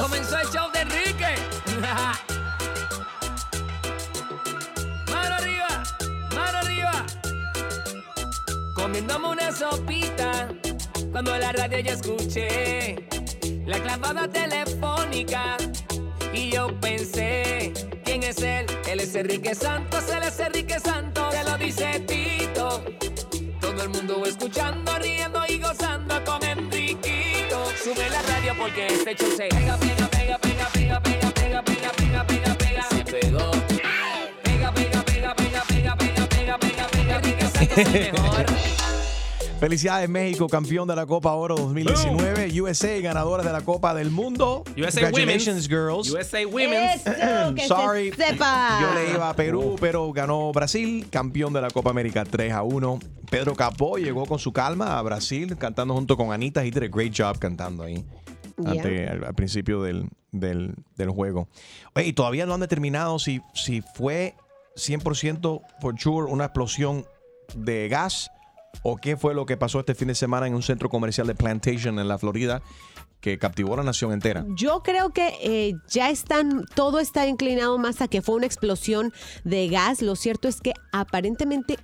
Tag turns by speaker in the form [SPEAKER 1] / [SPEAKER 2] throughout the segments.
[SPEAKER 1] Comenzó el show de Enrique. Mano arriba, mano arriba. Comiéndome una sopita cuando la radio ya escuché la clavada telefónica y yo pensé quién es él. Él es Enrique Santos, él es Enrique Santos. Se lo dice Tito. Todo el mundo escuchando, riendo y gozando con Enriquito. Sube la radio porque este show se pega, pega, pega, pega, pega, pega, pega, pega, pega, pega, pega. Se pegó. Pega, pega, pega, pega, pega, pega, pega, pega, pega. Enrique Santos es el mejor.
[SPEAKER 2] Felicidades México, campeón de la Copa Oro 2019, USA ganadora de la Copa del Mundo.
[SPEAKER 3] USA
[SPEAKER 2] Congratulations,
[SPEAKER 3] Women's.
[SPEAKER 2] girls.
[SPEAKER 3] USA Women's.
[SPEAKER 4] Eso, que
[SPEAKER 2] Sorry.
[SPEAKER 4] se sepa.
[SPEAKER 2] Yo le iba a Perú, pero ganó Brasil, campeón de la Copa América 3 a 1. Pedro Capó llegó con su calma a Brasil cantando junto con Anita. He did a great job cantando ahí ante- al, al principio del, del- del juego. Oye, y todavía no han determinado si, si fue 100% for sure una explosión de gas o qué fue lo que pasó este fin de semana en un centro comercial de Plantation en la Florida que captivó a la nación entera.
[SPEAKER 4] Yo creo que eh, ya están, todo está inclinado más a que fue una explosión de gas. Lo cierto es que aparentemente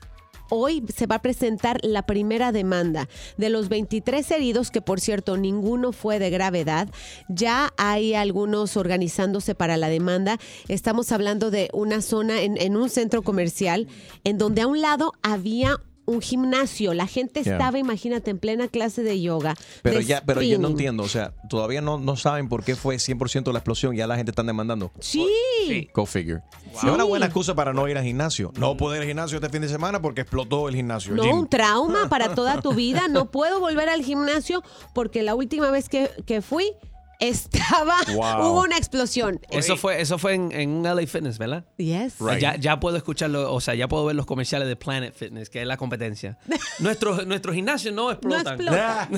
[SPEAKER 4] hoy se va a presentar la primera demanda. De los 23 heridos, que por cierto ninguno fue de gravedad, ya hay algunos organizándose para la demanda. Estamos hablando de una zona en, en un centro comercial en donde a un lado había... Un gimnasio, la gente
[SPEAKER 2] Yeah.
[SPEAKER 4] estaba, imagínate, en plena clase de yoga.
[SPEAKER 2] Pero
[SPEAKER 4] de
[SPEAKER 2] ya, pero yo no
[SPEAKER 4] spinning.
[SPEAKER 2] entiendo, o sea, todavía no, no saben por qué fue 100% la explosión, ya la gente está demandando.
[SPEAKER 4] Sí.
[SPEAKER 2] Go figure. Es una buena excusa para no ir al gimnasio. No pude ir al gimnasio este fin de semana porque explotó el gimnasio.
[SPEAKER 4] No,
[SPEAKER 2] Jim.
[SPEAKER 4] un trauma para toda tu vida. No puedo volver al gimnasio porque la última vez que, que fui estaba,
[SPEAKER 2] Wow.
[SPEAKER 4] hubo una explosión.
[SPEAKER 3] Eso fue, eso fue en, en un LA Fitness, ¿verdad?
[SPEAKER 4] Yes.
[SPEAKER 2] Right.
[SPEAKER 3] Ya, ya puedo escucharlo, o sea, ya puedo ver los comerciales de Planet Fitness, que es la competencia. Nuestros nuestro gimnasio no explotan.
[SPEAKER 4] explota.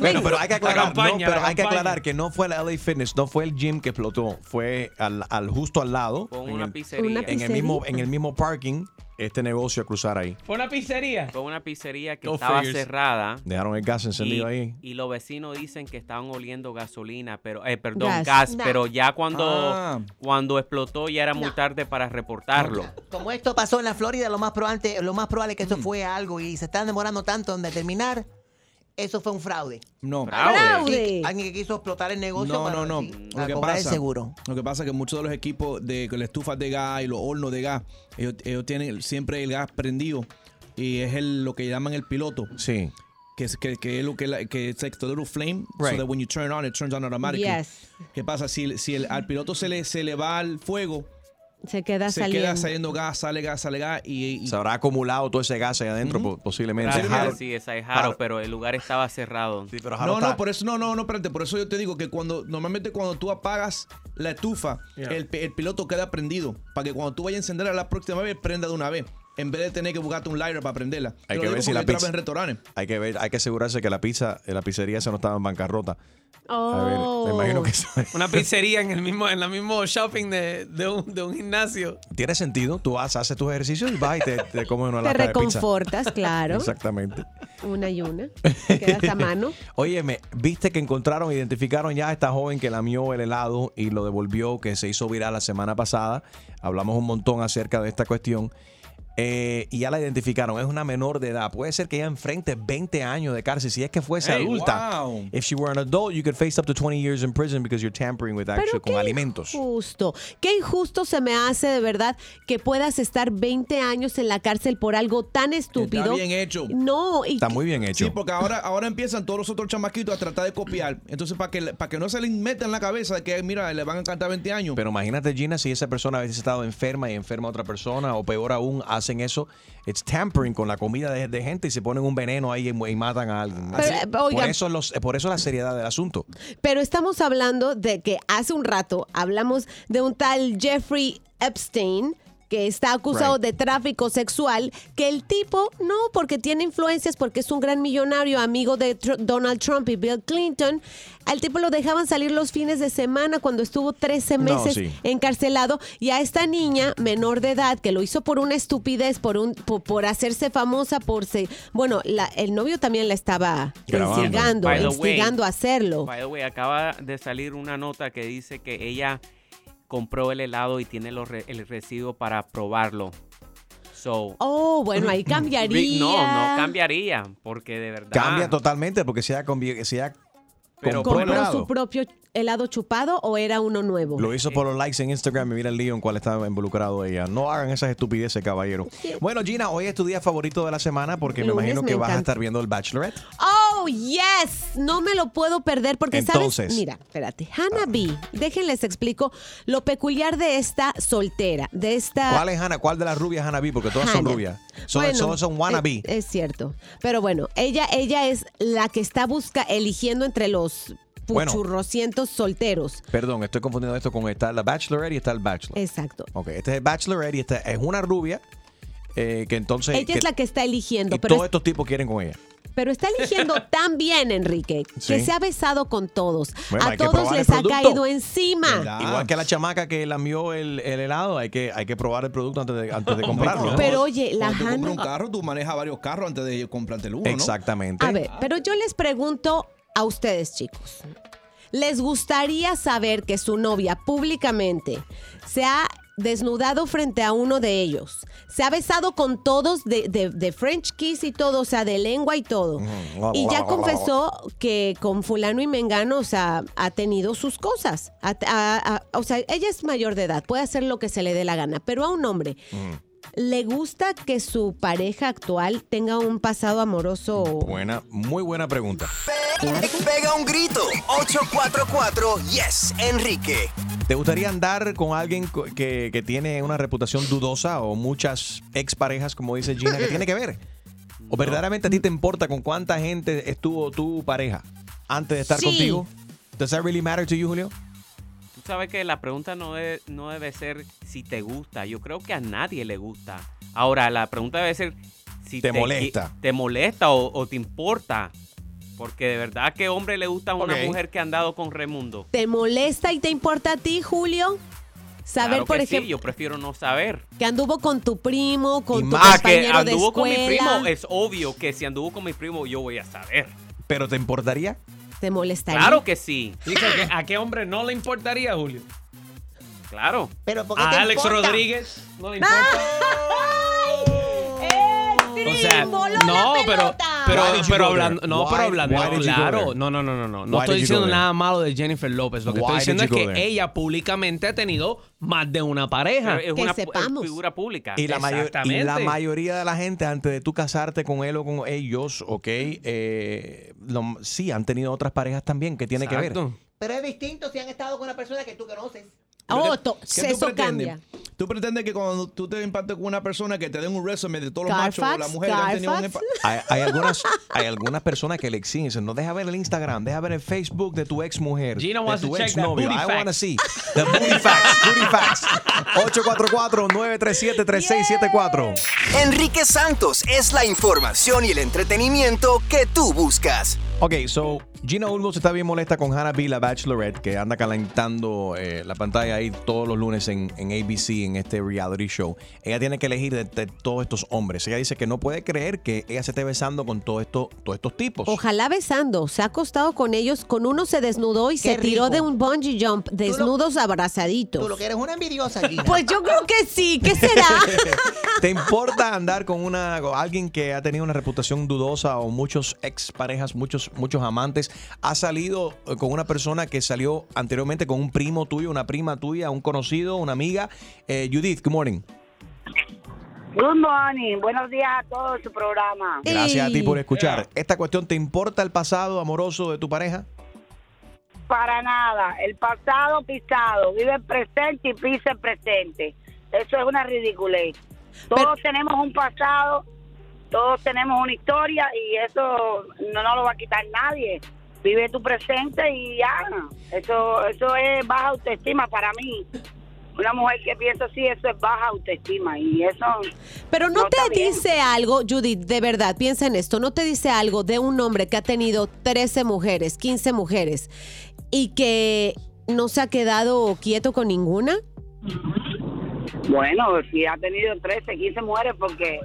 [SPEAKER 2] Bueno, pero hay que aclarar,
[SPEAKER 3] La campaña,
[SPEAKER 2] no, pero
[SPEAKER 3] la
[SPEAKER 2] hay que
[SPEAKER 3] campaña.
[SPEAKER 2] aclarar que no fue la LA Fitness, no fue el gym que explotó, fue al, al justo al lado,
[SPEAKER 5] Con
[SPEAKER 2] en,
[SPEAKER 5] una
[SPEAKER 2] el,
[SPEAKER 5] pizzería.
[SPEAKER 4] Una
[SPEAKER 2] en el mismo en el mismo parking, este negocio a cruzar ahí.
[SPEAKER 3] Fue una pizzería.
[SPEAKER 5] Con una pizzería que
[SPEAKER 3] Go
[SPEAKER 5] estaba
[SPEAKER 3] figures.
[SPEAKER 5] cerrada.
[SPEAKER 2] Dejaron el gas
[SPEAKER 5] Y,
[SPEAKER 2] encendido ahí.
[SPEAKER 5] y los vecinos dicen que estaban oliendo gasolina, pero eh, perdón,
[SPEAKER 4] Gas.
[SPEAKER 5] gas,
[SPEAKER 4] Nah.
[SPEAKER 5] pero ya cuando,
[SPEAKER 6] Ah.
[SPEAKER 5] cuando explotó ya era muy tarde para reportarlo.
[SPEAKER 7] Como esto pasó en la Florida, lo más probable, lo más probable es que
[SPEAKER 6] Mm.
[SPEAKER 7] esto fue algo y se están demorando tanto en determinar. Eso fue un fraude.
[SPEAKER 6] No.
[SPEAKER 5] Fraude.
[SPEAKER 4] Fraude.
[SPEAKER 7] Alguien que quiso explotar el negocio
[SPEAKER 6] No,
[SPEAKER 7] para,
[SPEAKER 6] no, no.
[SPEAKER 7] sí,
[SPEAKER 6] Lo
[SPEAKER 7] para
[SPEAKER 6] que
[SPEAKER 7] cobrar
[SPEAKER 6] pasa,
[SPEAKER 7] el seguro.
[SPEAKER 6] Lo que pasa es que muchos de los equipos de con las estufas de gas y los hornos de gas, ellos, ellos tienen siempre el gas prendido y es el, lo que llaman el piloto,
[SPEAKER 2] Sí.
[SPEAKER 6] que es, que, que es lo que, la- que es like the little flame,
[SPEAKER 2] Right.
[SPEAKER 6] so that when you turn on, it turns on automatically.
[SPEAKER 4] Yes.
[SPEAKER 6] ¿Qué pasa? Si, si el, al piloto se le, se le va el fuego,
[SPEAKER 4] Se queda
[SPEAKER 6] se
[SPEAKER 4] saliendo.
[SPEAKER 6] queda saliendo gas, sale gas, sale gas y, y-
[SPEAKER 2] Se habrá acumulado todo ese gas ahí adentro po- posiblemente.
[SPEAKER 5] Claro,
[SPEAKER 2] Dejaron-
[SPEAKER 5] sí, esa es Jaro,
[SPEAKER 2] Jaro.
[SPEAKER 5] pero el lugar estaba cerrado.
[SPEAKER 2] Sí, pero Jaro
[SPEAKER 6] No,
[SPEAKER 2] está-
[SPEAKER 6] no, por eso, no, no, no, espérate, por eso yo te digo que cuando, normalmente cuando tú apagas la estufa, el, pi- el piloto queda prendido, para que cuando tú vayas a encenderla la próxima vez, prenda de una vez, en vez de tener que buscarte un lighter para prenderla. Te
[SPEAKER 2] Hay
[SPEAKER 6] lo
[SPEAKER 2] que
[SPEAKER 6] digo
[SPEAKER 2] ver si
[SPEAKER 6] porque
[SPEAKER 2] la
[SPEAKER 6] yo trabajo
[SPEAKER 2] pizza-
[SPEAKER 6] en restaurantes.
[SPEAKER 2] Hay que ver, hay que asegurarse que la pizza, eh, la pizzería se no estaba en bancarrota. A ver,
[SPEAKER 4] Oh.
[SPEAKER 2] me imagino que eso-
[SPEAKER 3] Una pizzería en el mismo, en el mismo shopping de, de un, de un gimnasio.
[SPEAKER 2] tiene sentido. Tú vas, haces tus ejercicios y vas y te, te comes una
[SPEAKER 4] Te
[SPEAKER 2] lata de pizza.
[SPEAKER 4] reconfortas, claro.
[SPEAKER 2] Exactamente.
[SPEAKER 4] Una y una. Quedas a mano.
[SPEAKER 2] Óyeme, viste que encontraron, identificaron ya a esta joven que lamió el helado y lo devolvió, que se hizo viral la semana pasada. Hablamos un montón acerca de esta cuestión. Eh, y ya la identificaron, es una menor de edad. Puede ser que ella enfrente 20 años de cárcel si es que fuese
[SPEAKER 3] Hey,
[SPEAKER 2] adulta.
[SPEAKER 6] wow.
[SPEAKER 2] If she were an adult, you could face up to 20 years in prison because you're tampering with actual
[SPEAKER 4] Pero
[SPEAKER 2] con
[SPEAKER 4] qué
[SPEAKER 2] alimentos.
[SPEAKER 4] Injusto. Qué injusto se me hace de verdad que puedas estar 20 años en la cárcel por algo tan estúpido.
[SPEAKER 6] bien hecho.
[SPEAKER 4] No, y
[SPEAKER 2] Está muy bien hecho.
[SPEAKER 6] Sí, porque ahora, ahora empiezan todos los otros chamaquitos a tratar de copiar. Entonces, para que, para que no se les meta en la cabeza de que, mira, le van a encantar 20 años.
[SPEAKER 2] Pero imagínate, Gina, si esa persona hubiese estado enferma y enferma a otra persona, o peor aún, hacen eso. It's tampering con la comida de, de gente y se ponen un veneno ahí y, mu- y matan a alguien.
[SPEAKER 4] Pero,
[SPEAKER 2] Así-
[SPEAKER 4] eh, oigan.
[SPEAKER 2] por, eso los, eh, por eso la seriedad del asunto.
[SPEAKER 4] Pero estamos hablando de que hace un rato hablamos de un tal Jeffrey Epstein que está acusado de tráfico sexual, que el tipo no, porque tiene influencias, porque es un gran millonario, amigo de Tr- Donald Trump y Bill Clinton, al tipo lo dejaban salir los fines de semana cuando estuvo 13
[SPEAKER 2] No,
[SPEAKER 4] meses
[SPEAKER 2] sí.
[SPEAKER 4] encarcelado y a esta niña menor de edad que lo hizo por una estupidez, por un por, por hacerse famosa, por se, bueno, la- el novio también la estaba
[SPEAKER 2] Grabando.
[SPEAKER 4] instigando,
[SPEAKER 5] By the way.
[SPEAKER 4] instigando a hacerlo.
[SPEAKER 5] By the way, acaba de salir una nota que dice que ella compró el helado y tiene los re- el residuo para probarlo. So,
[SPEAKER 4] Oh, bueno, ahí cambiaría.
[SPEAKER 5] vi- no, no cambiaría, porque de verdad.
[SPEAKER 2] Cambia totalmente porque se ha, convi- se ha
[SPEAKER 5] Ah. Pero
[SPEAKER 4] ¿Compró
[SPEAKER 2] comprado.
[SPEAKER 4] su propio helado chupado o era uno nuevo?
[SPEAKER 2] Lo hizo por los likes en Instagram y mira el lío en cual estaba involucrado ella. No hagan esas estupideces, caballero. Bueno, Gina, hoy es tu día favorito de la semana porque me
[SPEAKER 4] Lunes
[SPEAKER 2] imagino
[SPEAKER 4] me
[SPEAKER 2] que vas a
[SPEAKER 4] encanta.
[SPEAKER 2] estar viendo el Bachelorette.
[SPEAKER 4] Oh, yes. No me lo puedo perder porque,
[SPEAKER 2] Entonces.
[SPEAKER 4] ¿sabes? Mira, espérate. Hannah B. Déjenles explico lo peculiar de esta soltera, de esta...
[SPEAKER 2] ¿Cuál es Hannah? ¿Cuál de las rubias es Hannah B? Porque todas son
[SPEAKER 4] Hannah.
[SPEAKER 2] rubias. Son,
[SPEAKER 4] Ah. Bueno, eh,
[SPEAKER 2] son, son wannabe.
[SPEAKER 4] Es, es cierto. Pero bueno, ella, ella es la que está busca eligiendo entre los
[SPEAKER 2] Bueno.
[SPEAKER 4] puchurrocientos solteros.
[SPEAKER 2] Perdón, estoy confundiendo esto con está la Bachelorette y está el Bachelor.
[SPEAKER 4] Exacto.
[SPEAKER 2] Ok, este es el Bachelorette y esta es una rubia eh, que entonces...
[SPEAKER 4] ella
[SPEAKER 2] que-
[SPEAKER 4] es la que está eligiendo,
[SPEAKER 2] y
[SPEAKER 4] pero,
[SPEAKER 2] todos estos tipos quieren con ella.
[SPEAKER 4] pero está eligiendo tan bien, Enrique, que
[SPEAKER 2] Sí.
[SPEAKER 4] se ha besado con todos.
[SPEAKER 2] Bueno, hay
[SPEAKER 4] A
[SPEAKER 2] que
[SPEAKER 4] todos
[SPEAKER 2] probar el
[SPEAKER 4] les ha
[SPEAKER 2] producto.
[SPEAKER 4] caído encima.
[SPEAKER 6] ¿Verdad? Ah.
[SPEAKER 2] Igual que la chamaca que lamió el, el helado, hay que, hay que probar el producto antes de, antes de
[SPEAKER 6] Cuando-
[SPEAKER 2] comprarlo. ¿no?
[SPEAKER 4] Pero oye, la
[SPEAKER 6] Cuando tú compras
[SPEAKER 4] Hannah-
[SPEAKER 6] un carro, tú manejas varios carros antes de comprarte el uno, ¿no?
[SPEAKER 2] Exactamente.
[SPEAKER 4] A ver, pero yo les pregunto a ustedes, chicos. ¿Les gustaría saber que su novia públicamente se ha desnudado frente a uno de ellos? Se ha besado con todos de, de- de French kiss y todo, o sea, de lengua y todo. Y ya confesó que con fulano y mengano, o sea, ha tenido sus cosas. Ha- ha- ha- o sea, ella es mayor de edad, puede hacer lo que se le dé la gana, pero a un hombre, ¿le gusta que su pareja actual tenga un pasado amoroso?
[SPEAKER 2] Buena, muy buena pregunta.
[SPEAKER 8] Pega un grito. 844 Yes, Enrique.
[SPEAKER 2] ¿Te gustaría andar con alguien co- que, que tiene una reputación dudosa o muchas exparejas, como dice Gina, que tiene que ver? ¿O verdaderamente a ti te importa con cuánta gente estuvo tu pareja antes de estar
[SPEAKER 4] Sí.
[SPEAKER 2] contigo? ¿Does that really matter to you, Julio?
[SPEAKER 5] Tú sabes que la pregunta no debe, no debe ser si te gusta. Yo creo que a nadie le gusta. Ahora, la pregunta debe ser si
[SPEAKER 2] Te molesta.
[SPEAKER 5] Te molesta o, o te importa. Porque de verdad, ¿qué hombre le gusta a una
[SPEAKER 2] Ok.
[SPEAKER 5] mujer que ha andado con Remundo?
[SPEAKER 4] ¿Te molesta y te importa a ti, Julio? Saber,
[SPEAKER 5] Claro
[SPEAKER 4] por
[SPEAKER 5] que
[SPEAKER 4] ejemplo,
[SPEAKER 5] Sí, yo prefiero no saber.
[SPEAKER 4] que anduvo con tu primo, con tu
[SPEAKER 5] Ah, que
[SPEAKER 4] compañero
[SPEAKER 5] anduvo
[SPEAKER 4] de
[SPEAKER 5] con mi
[SPEAKER 4] escuela.
[SPEAKER 5] primo. eh. Es obvio que si anduvo con mi primo, yo voy a saber.
[SPEAKER 2] ¿Pero te importaría?
[SPEAKER 4] ¿Te molestaría?
[SPEAKER 5] Claro que sí.
[SPEAKER 3] Dice que a qué hombre no le importaría, Julio.
[SPEAKER 5] Claro.
[SPEAKER 7] Pero ¿por qué te
[SPEAKER 3] A Alex
[SPEAKER 7] importa?
[SPEAKER 3] Rodríguez no le importa.
[SPEAKER 4] ¡El voló la
[SPEAKER 3] no, pero,
[SPEAKER 4] pelota!
[SPEAKER 3] pero,
[SPEAKER 2] Why did you
[SPEAKER 3] pero
[SPEAKER 2] go
[SPEAKER 3] hablando,
[SPEAKER 2] there?
[SPEAKER 3] no,
[SPEAKER 2] Why-
[SPEAKER 3] pero hablando,
[SPEAKER 2] why did you go
[SPEAKER 3] claro,
[SPEAKER 2] there?
[SPEAKER 3] no, no, no, no, no, no
[SPEAKER 2] Why
[SPEAKER 3] estoy
[SPEAKER 2] did you go
[SPEAKER 3] diciendo
[SPEAKER 2] there?
[SPEAKER 3] nada malo de Jennifer López, lo que
[SPEAKER 2] Why
[SPEAKER 3] estoy
[SPEAKER 2] did
[SPEAKER 3] diciendo es
[SPEAKER 2] you go
[SPEAKER 3] que
[SPEAKER 2] there?
[SPEAKER 3] ella públicamente ha tenido más de una
[SPEAKER 5] Pero
[SPEAKER 3] pareja.
[SPEAKER 5] es
[SPEAKER 4] Que
[SPEAKER 5] una
[SPEAKER 4] sepamos.
[SPEAKER 5] figura pública.
[SPEAKER 2] Y la, mayo- y la
[SPEAKER 3] Exactamente.
[SPEAKER 2] mayoría de la gente, antes de tú casarte con él o con ellos, ok, eh, lo- sí, han tenido otras parejas también. ¿Qué tiene que ver?
[SPEAKER 3] Exacto.
[SPEAKER 7] Pero es distinto si han estado con una persona que tú conoces.
[SPEAKER 6] Pero
[SPEAKER 4] Oh,
[SPEAKER 6] ¿qué-
[SPEAKER 4] to-
[SPEAKER 6] qué tú
[SPEAKER 4] eso
[SPEAKER 6] pretendes?
[SPEAKER 4] cambia.
[SPEAKER 6] Tú pretendes que cuando tú te impactes con una persona que te den un resumen de todos los machos o
[SPEAKER 4] Carfax,
[SPEAKER 6] las mujeres que han tenido un
[SPEAKER 4] Carfax.
[SPEAKER 6] empa-
[SPEAKER 2] Hay, hay algunas, hay algunas personas que le exigen, dicen, no deja ver el Instagram, deja ver el Facebook de tu ex mujer,
[SPEAKER 3] Gina
[SPEAKER 2] de
[SPEAKER 3] wants to
[SPEAKER 2] tu
[SPEAKER 3] check
[SPEAKER 2] ex
[SPEAKER 3] that
[SPEAKER 2] novio.
[SPEAKER 3] booty
[SPEAKER 2] I
[SPEAKER 3] facts.
[SPEAKER 2] wanna see the booty facts, booty facts. 844-937-3674.
[SPEAKER 8] Enrique Santos es la información y el entretenimiento que tú buscas.
[SPEAKER 2] Ok, so Gina Ulmos está bien molesta con Hannah B, la Bachelorette, que anda calentando eh, la pantalla ahí todos los lunes en, en ABC, en este reality show. Ella tiene que elegir de, de todos estos hombres. Ella dice que no puede creer que ella se esté besando con todo esto, todos estos tipos.
[SPEAKER 4] Ojalá besando, se ha acostado con ellos, con uno se desnudó y
[SPEAKER 7] Qué
[SPEAKER 4] se tiró
[SPEAKER 7] rico.
[SPEAKER 4] de un bungee jump, desnudos abrazaditos.
[SPEAKER 7] Tú lo que eres una envidiosa, Gina.
[SPEAKER 4] Pues yo creo que sí, ¿qué será?
[SPEAKER 2] ¿Te importa andar con una con alguien que ha tenido una reputación dudosa o muchos exparejas, muchos muchos amantes? ¿Has salido eh, con una persona que salió anteriormente con un primo tuyo, una prima tuya, un conocido, una amiga? Eh, Judith, good morning.
[SPEAKER 9] Good morning, buenos días a todos su programa.
[SPEAKER 2] Gracias a ti
[SPEAKER 4] Ey.
[SPEAKER 2] por escuchar. ¿Esta cuestión te importa el pasado amoroso de tu pareja?
[SPEAKER 9] Eh, Para nada, el pasado pisado, vive el presente y pisa el presente. Eso es una ridiculez. Todos tenemos un pasado, todos tenemos una historia y eso no nos lo va a quitar nadie. Vive tu presente y ya. Eso, eso es baja autoestima para mí. Una mujer que piensa así, eso es baja autoestima y eso...
[SPEAKER 4] Pero no,
[SPEAKER 9] No
[SPEAKER 4] te
[SPEAKER 9] está bien.
[SPEAKER 4] dice algo, Judith, de verdad, piensa en esto, no te dice algo de un hombre que ha tenido 13 mujeres, 15 mujeres y que no se ha quedado quieto con ninguna.
[SPEAKER 9] Bueno, si ha tenido 13, 15 mujeres porque...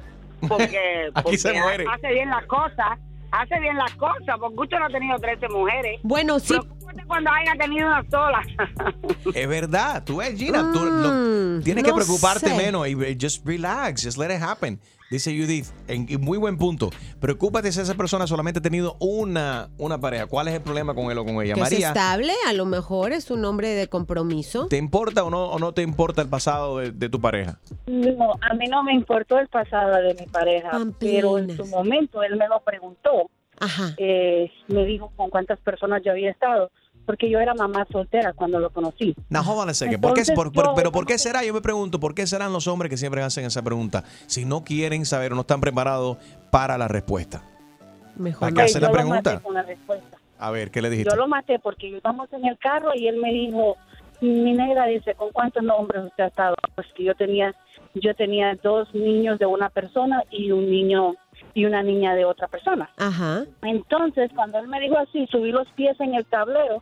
[SPEAKER 9] Porque,
[SPEAKER 4] Aquí
[SPEAKER 9] porque
[SPEAKER 4] se muere.
[SPEAKER 9] hace bien las cosas, hace bien las cosas, porque usted no ha tenido 13 mujeres.
[SPEAKER 4] Bueno, sí.
[SPEAKER 9] Preocúpate cuando haya tenido una sola.
[SPEAKER 2] Es verdad, tú ves, Gina, tú lo- tienes que
[SPEAKER 9] Ah, no
[SPEAKER 2] preocuparte
[SPEAKER 9] sé.
[SPEAKER 2] menos y eh, just relax, just let it happen. Dice Judith, en, y muy buen punto. Preocúpate si esa persona solamente ha tenido una, una pareja. ¿Cuál es el problema con él o con ella?
[SPEAKER 4] Que es
[SPEAKER 2] María,
[SPEAKER 4] estable, a lo mejor es un hombre de compromiso.
[SPEAKER 2] ¿te importa o no, o no te importa el pasado de, de tu pareja?
[SPEAKER 10] No, a mí no me importó el pasado de mi pareja, pero en su momento él me lo preguntó. Eh, me dijo con cuántas personas yo había estado, porque yo era mamá soltera cuando lo conocí.
[SPEAKER 2] No, hold on a second. ¿Por qué,
[SPEAKER 10] Entonces,
[SPEAKER 2] por- por-
[SPEAKER 10] yo-
[SPEAKER 2] pero ¿por qué será? Yo me pregunto, ¿por qué serán los hombres que siempre hacen esa pregunta? Si no quieren saber o no están preparados para la respuesta.
[SPEAKER 4] Mejor
[SPEAKER 2] ¿Para
[SPEAKER 10] Ok,
[SPEAKER 2] qué hacer la
[SPEAKER 10] yo lo
[SPEAKER 2] pregunta?
[SPEAKER 10] maté con la respuesta.
[SPEAKER 2] A ver, ¿qué le dijiste?
[SPEAKER 10] Yo lo maté porque íbamos en el carro y él me dijo, mi negra dice, ¿con cuántos nombres usted ha estado? Pues que yo tenía, yo tenía dos niños de una persona y un niño y una niña de otra persona.
[SPEAKER 4] Ajá.
[SPEAKER 10] Entonces, cuando él me dijo así, subí los pies en el tablero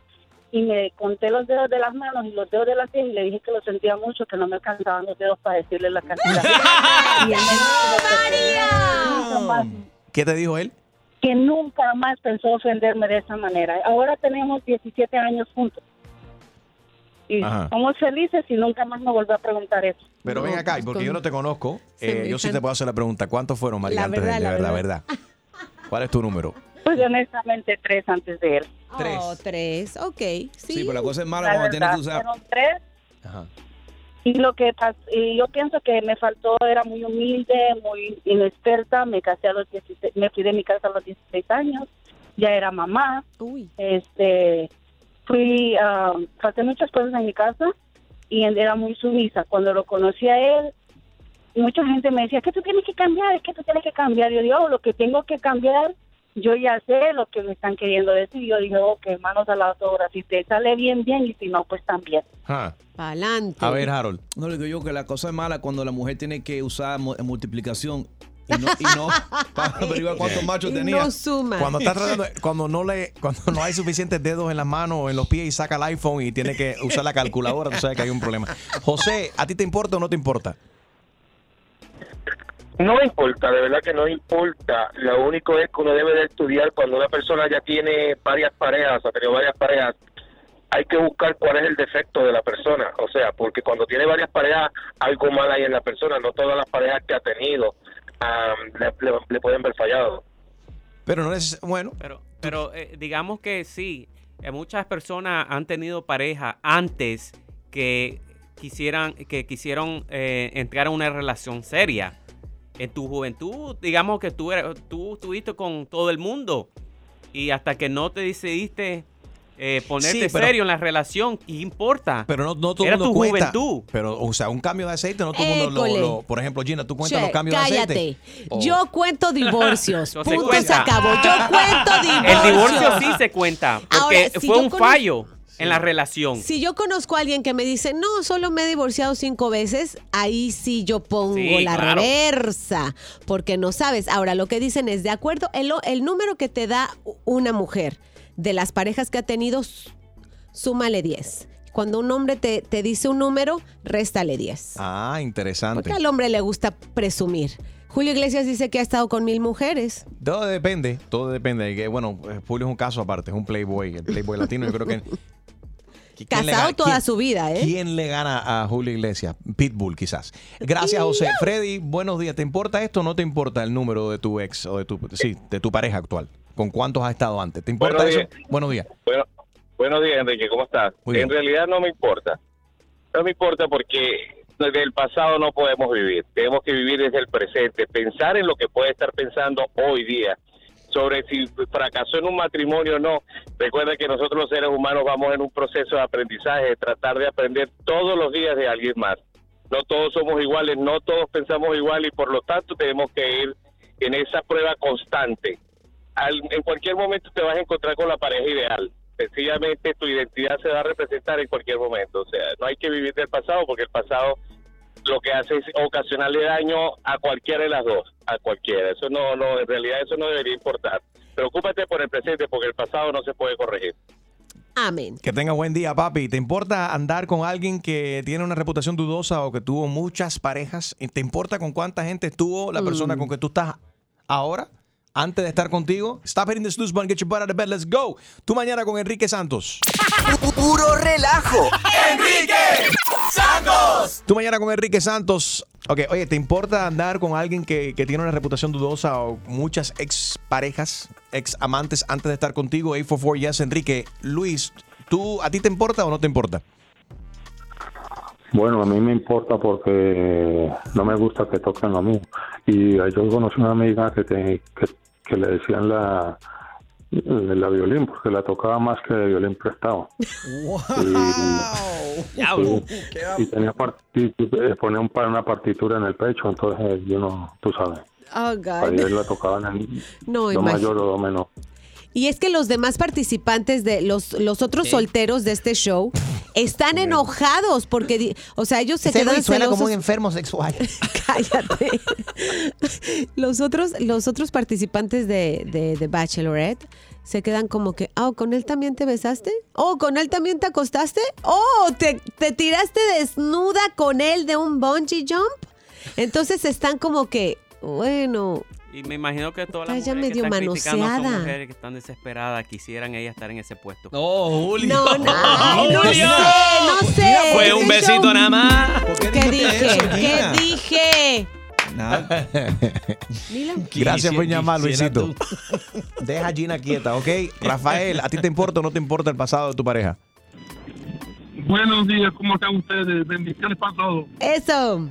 [SPEAKER 10] y me conté los dedos de las manos y los dedos de las pies y le dije que lo sentía mucho, que no me alcanzaban los dedos para decirle la cantidad. y él me dijo que, María!
[SPEAKER 2] ¿Qué te dijo él?
[SPEAKER 10] que nunca más pensó ofenderme de esa manera. Ahora tenemos 17 años juntos. Y
[SPEAKER 2] Ajá.
[SPEAKER 10] somos felices y nunca más me volvió a preguntar eso.
[SPEAKER 2] Pero ven
[SPEAKER 4] pues,
[SPEAKER 2] acá, y porque yo no te conozco, eh, yo sí te puedo hacer la pregunta. ¿Cuántos fueron, María,
[SPEAKER 10] La
[SPEAKER 2] antes
[SPEAKER 10] verdad,
[SPEAKER 2] de
[SPEAKER 10] la
[SPEAKER 2] la, verdad? ¿Cuál es tu número?
[SPEAKER 10] Pues honestamente tres antes de él.
[SPEAKER 2] Tres.
[SPEAKER 4] Oh, tres, ok. Sí,
[SPEAKER 6] Sí, pero la cosa es mala cuando tienes que usar.
[SPEAKER 10] Fueron tres Y lo que pas- y yo pienso que me faltó era muy humilde, muy inexperta. Me casé a los 16 me fui de mi casa a los 16 años. Ya era mamá. Este, fui, ah, pasé muchas cosas en mi casa y él era muy sumisa. Cuando lo conocí a él, mucha gente me decía, "Es que tú tienes que cambiar, es que tú tienes que cambiar. Yo digo, "Oh, lo que tengo que cambiar, yo ya sé lo que me están queriendo decir. Yo digo, ok, manos a la obra. Si te sale bien, bien, y si no, pues también.
[SPEAKER 4] Pa'lante.
[SPEAKER 2] Harold.
[SPEAKER 6] No le digo yo que la cosa es mala cuando la mujer tiene que usar mu- multiplicación y no, y no para averiguar cuántos machos tenía.
[SPEAKER 2] Cuando estás tratando, de- cuando no le, cuando no hay suficientes dedos en las manos o en los pies y saca el iPhone y tiene que usar la calculadora, tú sabes que hay un problema. José, ¿a ti te importa o no te importa?
[SPEAKER 11] No importa, de verdad que no importa. Lo único es que uno debe de estudiar cuando una persona ya tiene varias parejas, ha tenido varias parejas, hay que buscar cuál es el defecto de la persona. O sea, porque cuando tiene varias parejas, algo mal hay en la persona. No todas las parejas que ha tenido ah, le- le- le pueden ver fallado.
[SPEAKER 2] Pero no es bueno.
[SPEAKER 5] Pero, pero eh, digamos que sí, eh, muchas personas han tenido pareja antes que quisieran que quisieron eh, entrar a una relación seria. En tu juventud, digamos que tú eras- tú estuviste con todo el mundo y hasta que no te decidiste eh, ponerte
[SPEAKER 2] pero-
[SPEAKER 5] serio en la relación, ¿qué importa?
[SPEAKER 2] Pero no, no todo el
[SPEAKER 5] Era
[SPEAKER 2] mundo
[SPEAKER 5] tu
[SPEAKER 2] cuenta.
[SPEAKER 5] juventud.
[SPEAKER 2] Pero, o sea, un cambio de aceite, no todo el mundo lo,
[SPEAKER 4] École.
[SPEAKER 2] lo- Por ejemplo, Gina, tú cuentas
[SPEAKER 4] Che,
[SPEAKER 2] los cambios
[SPEAKER 4] cállate.
[SPEAKER 2] de aceite. O-
[SPEAKER 4] Yo cuento divorcios.
[SPEAKER 5] Eso se
[SPEAKER 4] punto se,
[SPEAKER 5] cuenta.
[SPEAKER 4] acabó. Yo cuento divorcios.
[SPEAKER 5] El divorcio sí se cuenta, porque
[SPEAKER 4] Ahora, si
[SPEAKER 5] fue
[SPEAKER 4] yo
[SPEAKER 5] un
[SPEAKER 4] cono-
[SPEAKER 5] fallo en la relación.
[SPEAKER 4] Si yo conozco a alguien que me dice, no, solo me he divorciado cinco veces, ahí sí yo pongo
[SPEAKER 5] Sí,
[SPEAKER 4] la
[SPEAKER 5] claro.
[SPEAKER 4] reversa, porque no sabes. Ahora, lo que dicen es, de acuerdo, el, o- el número que te da u- una mujer de las parejas que ha tenido, s- súmale 10. Cuando un hombre te, te dice un número, réstale 10.
[SPEAKER 2] Ah,
[SPEAKER 4] Porque
[SPEAKER 2] interesante.
[SPEAKER 4] al hombre le gusta presumir. Julio Iglesias dice que ha estado con mil mujeres.
[SPEAKER 2] Todo depende, todo depende. Y que, Bueno, eh, Julio es un caso aparte, es un playboy, el playboy latino. Yo creo que.
[SPEAKER 4] ¿Eh?
[SPEAKER 2] ¿quién le
[SPEAKER 4] Casado
[SPEAKER 2] gana-
[SPEAKER 4] toda
[SPEAKER 2] quién-
[SPEAKER 4] su vida, ¿eh?
[SPEAKER 2] ¿Quién le gana a Julio Iglesias? Pitbull, quizás. Gracias, José. Freddy, buenos días. ¿Te importa esto o no te importa el número de tu ex o de tu, sí, de tu pareja actual? ¿Con cuántos has estado antes? ¿Te importa
[SPEAKER 11] Buenos
[SPEAKER 2] eso? Buenos días.
[SPEAKER 11] Bueno, buenos días, Enrique, ¿cómo estás?
[SPEAKER 2] Muy bien.
[SPEAKER 11] En realidad no me importa. No me importa porque del pasado no podemos vivir. Tenemos que vivir desde el presente, pensar en lo que puede estar pensando hoy día sobre si fracasó en un matrimonio o no. Recuerda que nosotros los seres humanos vamos en un proceso de aprendizaje, de tratar de aprender todos los días de alguien más. No todos somos iguales, no todos pensamos igual y por lo tanto tenemos que ir en esa prueba constante al- en cualquier momento te vas a encontrar con la pareja ideal. sencillamente tu identidad se va a representar en cualquier momento. O sea, no hay que vivir del pasado porque el pasado lo que hace es ocasionarle daño a cualquiera de las dos, a cualquiera. Eso no, no, en realidad eso no debería importar. Preocúpate por el presente porque el pasado no se puede corregir.
[SPEAKER 4] Amén.
[SPEAKER 2] Que tenga buen día, papi. ¿Te importa andar con alguien que tiene una reputación dudosa o que tuvo muchas parejas? ¿Te importa con cuánta gente estuvo la persona
[SPEAKER 4] Mm.
[SPEAKER 2] con que tú estás ahora? Antes de estar contigo, stop hitting the snooze button, get your butt out of bed, let's go. Tú mañana con Enrique Santos.
[SPEAKER 8] Puro relajo.
[SPEAKER 1] ¡Enrique Santos!
[SPEAKER 2] Tú mañana con Enrique Santos. Ok, oye, ¿te importa andar con alguien que, que tiene una reputación dudosa o muchas ex parejas, ex amantes antes de estar contigo? 844 Yes, Enrique. Luis, ¿tú, ¿a ti te importa o no te importa?
[SPEAKER 12] Bueno, a mí me importa porque no me gusta que toquen a mí. Y yo conocí una amiga que, te- que, que le decían la, la violín, porque la tocaba más que violín prestado. Y,
[SPEAKER 1] Diablo.
[SPEAKER 12] y- y tenía part- y- y, eh, ponía un par- una partitura en el pecho, entonces yo no, tú sabes.
[SPEAKER 4] Oh, God.
[SPEAKER 12] Ayer la tocaban en
[SPEAKER 4] No,
[SPEAKER 12] do
[SPEAKER 4] imagínate.
[SPEAKER 12] mayor o do menor.
[SPEAKER 4] Y es que los demás participantes de los, los otros solteros de este show están enojados porque, di- o sea, ellos se
[SPEAKER 7] Ese
[SPEAKER 4] quedan
[SPEAKER 7] Luis suena como un
[SPEAKER 4] celosos.
[SPEAKER 7] enfermo sexual.
[SPEAKER 4] Cállate. los otros, los otros participantes de, de, de Bachelorette se quedan como que, oh, ¿con él también te besaste? Oh, ¿con él también te acostaste? Oh, ¿te, te tiraste desnuda con él de un bungee jump? Entonces están como que, bueno,
[SPEAKER 5] Y me imagino que todas las
[SPEAKER 4] Está ya
[SPEAKER 5] mujeres que
[SPEAKER 4] medio
[SPEAKER 5] están criticando son
[SPEAKER 4] manoseada.
[SPEAKER 5] mujeres que están desesperadas, quisieran ellas estar en ese puesto.
[SPEAKER 3] ¡Oh, Julio!
[SPEAKER 4] No, no, ay, no
[SPEAKER 5] Julio.
[SPEAKER 4] sé, no sé.
[SPEAKER 3] Fue un
[SPEAKER 4] Este
[SPEAKER 3] besito
[SPEAKER 4] show-
[SPEAKER 3] nada más.
[SPEAKER 4] ¿Qué dije?
[SPEAKER 3] eso,
[SPEAKER 4] ¿Qué
[SPEAKER 3] Gina?
[SPEAKER 4] dije?
[SPEAKER 2] Gracias por
[SPEAKER 1] Quisi-
[SPEAKER 2] llamar,
[SPEAKER 1] quisiera
[SPEAKER 2] Luisito. Deja a Gina quieta, ¿ok? Rafael, ¿a ti te importa o no te importa el pasado de tu pareja?
[SPEAKER 13] Buenos días, ¿cómo están ustedes? Bendiciones para todos.
[SPEAKER 4] Eso.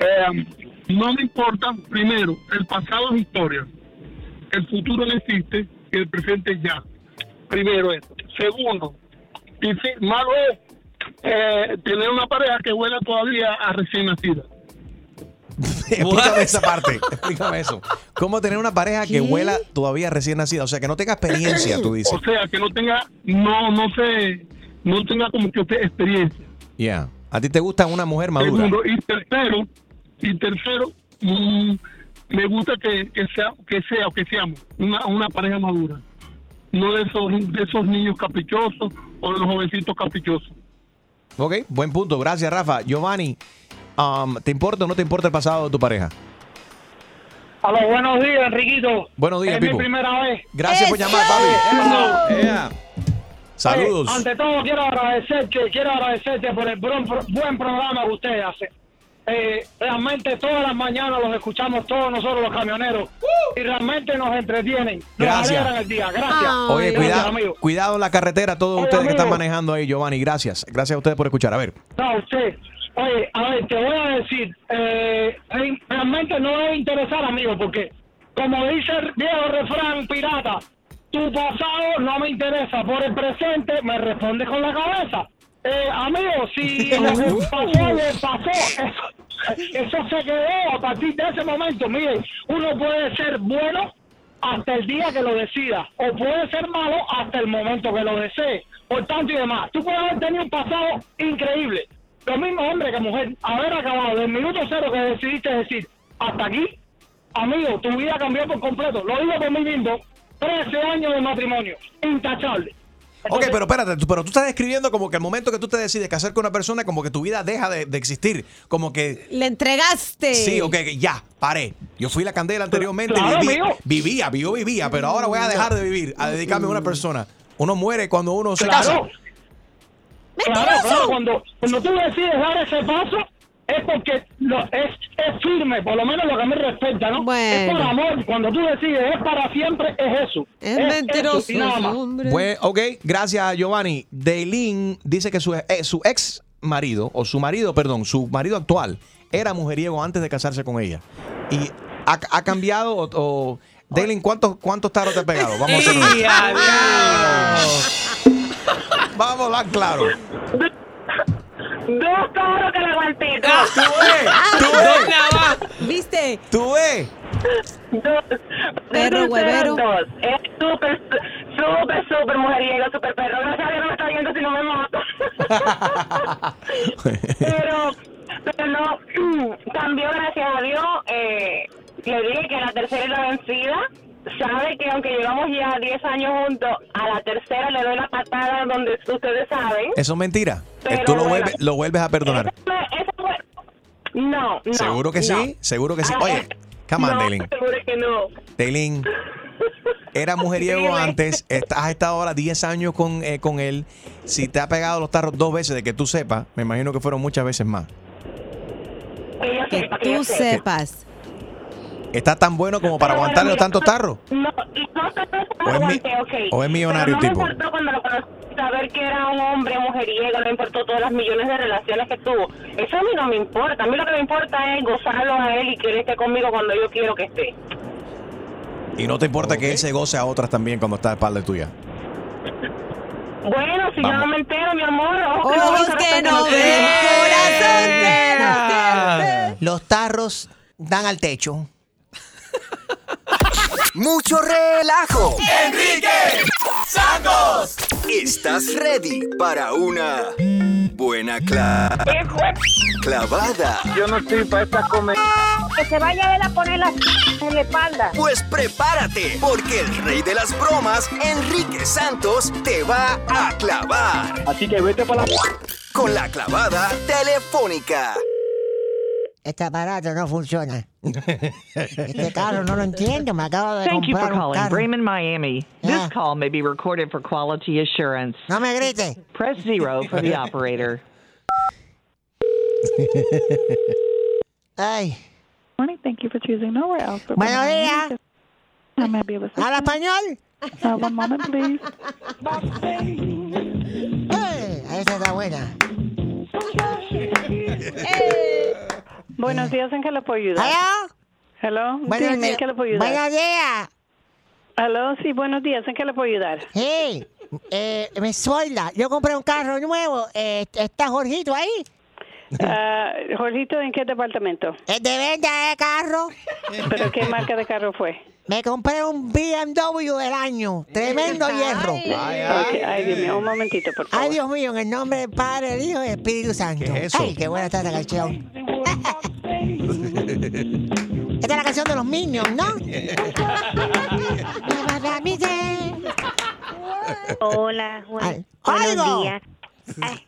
[SPEAKER 13] Eh, no me importa, primero, el pasado es historia. El futuro no existe y el presente es ya. Primero eso. Segundo, difí- malo es eh, tener una pareja que huela todavía a recién nacida.
[SPEAKER 2] Explícame esa parte. Explícame eso. ¿Cómo tener una pareja que huela todavía recién nacida? O sea, que no tenga experiencia, tú dices.
[SPEAKER 13] O sea, que no tenga, no, no sé, no tenga como que experiencia.
[SPEAKER 2] Yeah. ¿A ti te gusta una mujer madura?
[SPEAKER 13] Segundo, y tercero, y tercero, mm, me gusta que, que sea, que sea o que seamos una, una pareja madura. No de esos, de esos niños caprichosos o de los jovencitos caprichosos.
[SPEAKER 2] Ok, buen punto. Gracias, Rafa. Giovanni, um, ¿te importa o no te importa el pasado de tu pareja?
[SPEAKER 14] A los buenos días, Enriquito.
[SPEAKER 2] Buenos días,
[SPEAKER 14] Es
[SPEAKER 2] Pipo.
[SPEAKER 14] mi primera vez.
[SPEAKER 2] Gracias por llamar,
[SPEAKER 14] Eso.
[SPEAKER 2] papi. Eh, Saludos.
[SPEAKER 13] Eh,
[SPEAKER 14] Oye, ante todo, quiero agradecerte, quiero agradecerte por el buen, pro- buen programa que ustedes hacen. Eh, realmente todas las mañanas los escuchamos todos nosotros los camioneros y realmente nos entretienen, nos
[SPEAKER 2] Gracias.
[SPEAKER 14] alegran el día. Gracias.
[SPEAKER 2] Oye,
[SPEAKER 14] Gracias,
[SPEAKER 2] cuidado,
[SPEAKER 14] amigo.
[SPEAKER 2] cuidado en la carretera, todos
[SPEAKER 14] Oye,
[SPEAKER 2] ustedes que están
[SPEAKER 14] amigo.
[SPEAKER 2] manejando ahí, Giovanni. Gracias. Gracias a ustedes por escuchar. A ver.
[SPEAKER 14] No, usted. Oye, a ver, te voy a decir, eh, re- realmente no debe interesar, amigo, porque como dice el viejo refrán pirata, tu pasado no me interesa, por el presente me responde con la cabeza. Eh, amigo, si lo que pasó, le pasó, eso, eso se quedó a partir de ese momento. Mire, uno puede ser bueno hasta el día que lo decida, o puede ser malo hasta el momento que lo desee, por tanto y demás. Tú puedes haber tenido un pasado increíble, lo mismo hombre que mujer, haber acabado del minuto cero que decidiste decir, hasta aquí, amigo, tu vida cambió por completo, lo digo por mí mismo, 13 años de matrimonio, intachable.
[SPEAKER 2] Ok, pero espérate, tú- pero tú estás describiendo como que el momento que tú te decides casar con una persona, como que tu vida deja de, de existir. Como que.
[SPEAKER 4] Le entregaste.
[SPEAKER 2] Sí, ok, que ya, paré. Yo fui la candela anteriormente,
[SPEAKER 4] Claro,
[SPEAKER 2] viví-
[SPEAKER 4] amigo.
[SPEAKER 2] vivía, yo vivía, pero ahora voy a dejar de vivir, a dedicarme
[SPEAKER 4] Mm.
[SPEAKER 2] a una persona. Uno muere cuando uno se casa.
[SPEAKER 14] Claro. Claro, claro, cuando, cuando tú decides dar ese paso es porque lo, es, es firme, por lo menos lo que a mí respecta, ¿no? Es por amor, cuando tú decides es para siempre, es eso.
[SPEAKER 4] Es
[SPEAKER 15] eh,
[SPEAKER 14] eso
[SPEAKER 4] mentiroso,
[SPEAKER 14] y nada más.
[SPEAKER 2] Bue- ok, gracias Giovanni. Daylin dice que su, eh, su ex marido, o su marido, perdón, su marido actual, era mujeriego antes de casarse con ella. Y ha, ha cambiado o... o- Daylin, ¿cuántos, ¿cuántos taros te has pegado? Vamos a hacerlo. Vamos a hablar claro.
[SPEAKER 1] Dos toros que la gualteco.
[SPEAKER 2] Ah, ¡Tú ves!
[SPEAKER 7] Ah.
[SPEAKER 2] ¡Tú
[SPEAKER 1] Dos
[SPEAKER 2] ves!
[SPEAKER 4] Ah, ¿Viste?
[SPEAKER 2] ¡Tú ves!
[SPEAKER 1] Perro huevero. Es súper
[SPEAKER 15] Súper, súper mujeriego, súper perro. Gracias a Dios no me está viendo si no me mato. pero, pero no, cambió gracias a Dios. Eh, le dije que la tercera es la vencida. Sabe que aunque llevamos ya 10 años juntos, a la tercera le doy la patada donde ustedes saben.
[SPEAKER 2] Eso es mentira.
[SPEAKER 15] Pero
[SPEAKER 2] Tú lo
[SPEAKER 15] bueno.
[SPEAKER 2] vuelves, lo vuelves a perdonar.
[SPEAKER 15] Esa fue... No, no. Ah, eh,
[SPEAKER 2] ¿Seguro que sí? ¿Seguro que sí? Oye, come on,
[SPEAKER 15] No,
[SPEAKER 2] Daylin.
[SPEAKER 15] seguro que no.
[SPEAKER 2] Daylin, era mujeriego
[SPEAKER 15] Dime.
[SPEAKER 2] antes, est- has estado ahora 10 años con, eh, con él. Si te ha pegado los tarros dos veces, de que tú sepas, me imagino que fueron muchas veces más.
[SPEAKER 4] Que tú sepas.
[SPEAKER 2] ¿Está tan bueno como para aguantarle los tantos tarros?
[SPEAKER 15] No, y no te
[SPEAKER 2] ¿O es, mi-
[SPEAKER 15] ok.
[SPEAKER 2] o es millonario el
[SPEAKER 15] Pero
[SPEAKER 2] tipo?
[SPEAKER 15] no me importó cuando lo conocí saber que era un hombre mujeriego, no me importó todas las millones de relaciones que tuvo. Eso a mí no me importa. A mí lo que me importa es gozarlo a él y que él esté conmigo cuando yo quiero que esté.
[SPEAKER 2] Y no te importa que él se goce a otras también cuando está de espalda tuya.
[SPEAKER 15] Bueno, si yo no me entero, mi amor. Ojos
[SPEAKER 7] Oh,
[SPEAKER 15] que no
[SPEAKER 4] Ojos
[SPEAKER 15] ven,
[SPEAKER 4] que no
[SPEAKER 15] corazón que
[SPEAKER 4] ven, corazón que no
[SPEAKER 7] Los tarros dan al techo.
[SPEAKER 8] Mucho relajo.
[SPEAKER 1] Enrique Santos.
[SPEAKER 8] ¿Estás ready para una buena cla- clavada? Yo no estoy para estas comer.
[SPEAKER 9] Que se vaya él a poner la en la espalda.
[SPEAKER 8] Pues prepárate, porque el rey de las bromas, Enrique Santos, te va a clavar. Así que vete para la... Con la clavada telefónica.
[SPEAKER 7] Este aparato no funciona. Este carro no lo entiendo, me acabo de
[SPEAKER 16] Thank you for
[SPEAKER 7] comprar un
[SPEAKER 16] calling
[SPEAKER 7] carro.
[SPEAKER 16] Bremen, Miami. This call may be recorded for quality assurance.
[SPEAKER 7] No me grite.
[SPEAKER 16] Press zero for the operator.
[SPEAKER 7] Ay.
[SPEAKER 17] Morning, thank you for choosing Nowhere Else. but
[SPEAKER 7] Buenos
[SPEAKER 17] Bremen,
[SPEAKER 7] días.
[SPEAKER 17] Miami. How may I be of assistance?
[SPEAKER 7] ¿Habla español?
[SPEAKER 17] Uh, one moment, please.
[SPEAKER 7] Ay, esa está buena.
[SPEAKER 17] Buenos días, ¿en qué le puedo ayudar? Hello.
[SPEAKER 7] Buenos
[SPEAKER 17] Dime, ¿en
[SPEAKER 7] días.
[SPEAKER 17] qué le puedo ayudar?
[SPEAKER 7] Buenos días.
[SPEAKER 17] Hello, sí, buenos días, ¿en qué le puedo ayudar?
[SPEAKER 7] Sí. Eh, me suelda. Yo compré un carro nuevo. Eh, ¿Está Jorgito ahí?
[SPEAKER 17] Ah, Jorgito, ¿en qué departamento?
[SPEAKER 7] Es de venta de carro.
[SPEAKER 17] ¿Pero qué marca de carro fue?
[SPEAKER 7] Me compré un BMW del año. Tremendo hierro.
[SPEAKER 17] Ok, ay, Dios mío, un momentito, por favor.
[SPEAKER 7] Ay, Dios mío, en el nombre del Padre, del Hijo y del Espíritu Santo. Ay, qué buena está esta canción. Esta es la canción de los Minions, ¿no?
[SPEAKER 18] Hola, Juan.
[SPEAKER 7] Ay,
[SPEAKER 18] Buenos
[SPEAKER 7] algo.
[SPEAKER 18] días. Ay,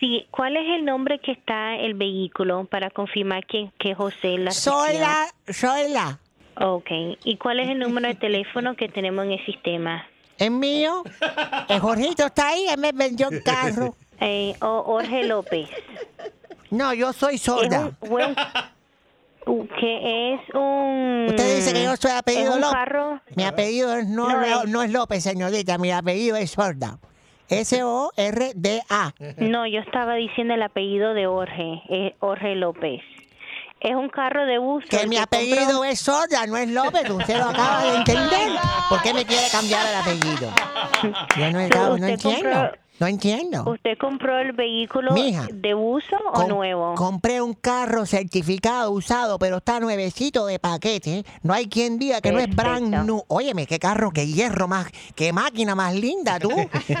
[SPEAKER 18] sí, ¿cuál es el nombre que está el vehículo para confirmar que, que José la
[SPEAKER 7] Soy la, soy la.
[SPEAKER 18] Ok, ¿y cuál es el número de teléfono que tenemos en el sistema?
[SPEAKER 7] Es mío. El Jorgito está ahí, él me vendió el carro.
[SPEAKER 18] Eh, o Jorge López.
[SPEAKER 7] No, yo soy sorda.
[SPEAKER 18] Es un buen- u- uh, que es un...
[SPEAKER 7] Usted dice que yo soy
[SPEAKER 18] es
[SPEAKER 7] apellido
[SPEAKER 18] un
[SPEAKER 7] López.
[SPEAKER 18] carro-
[SPEAKER 7] Mi apellido es- no,
[SPEAKER 18] No,
[SPEAKER 7] Lo-
[SPEAKER 18] es-
[SPEAKER 7] no es López, señorita. Mi apellido es sorda. S-O-R-D-A.
[SPEAKER 18] No, yo estaba diciendo el apellido de Jorge, es Jorge López. Es un carro de buzo.
[SPEAKER 7] Que mi apellido es Sorda, no es López. Usted lo acaba de entender. ¿Por qué me quiere cambiar el apellido? Yo no, he dado- no
[SPEAKER 18] Usted
[SPEAKER 7] entiendo.
[SPEAKER 18] compró-
[SPEAKER 7] No entiendo.
[SPEAKER 18] ¿Usted compró el vehículo
[SPEAKER 7] Mija,
[SPEAKER 18] de uso o
[SPEAKER 7] Com-
[SPEAKER 18] nuevo?
[SPEAKER 7] Compré un carro certificado usado, pero está nuevecito de paquete. ¿eh? No hay quien diga que no es brand new. Óyeme, qué carro, qué hierro más, qué máquina más linda tú.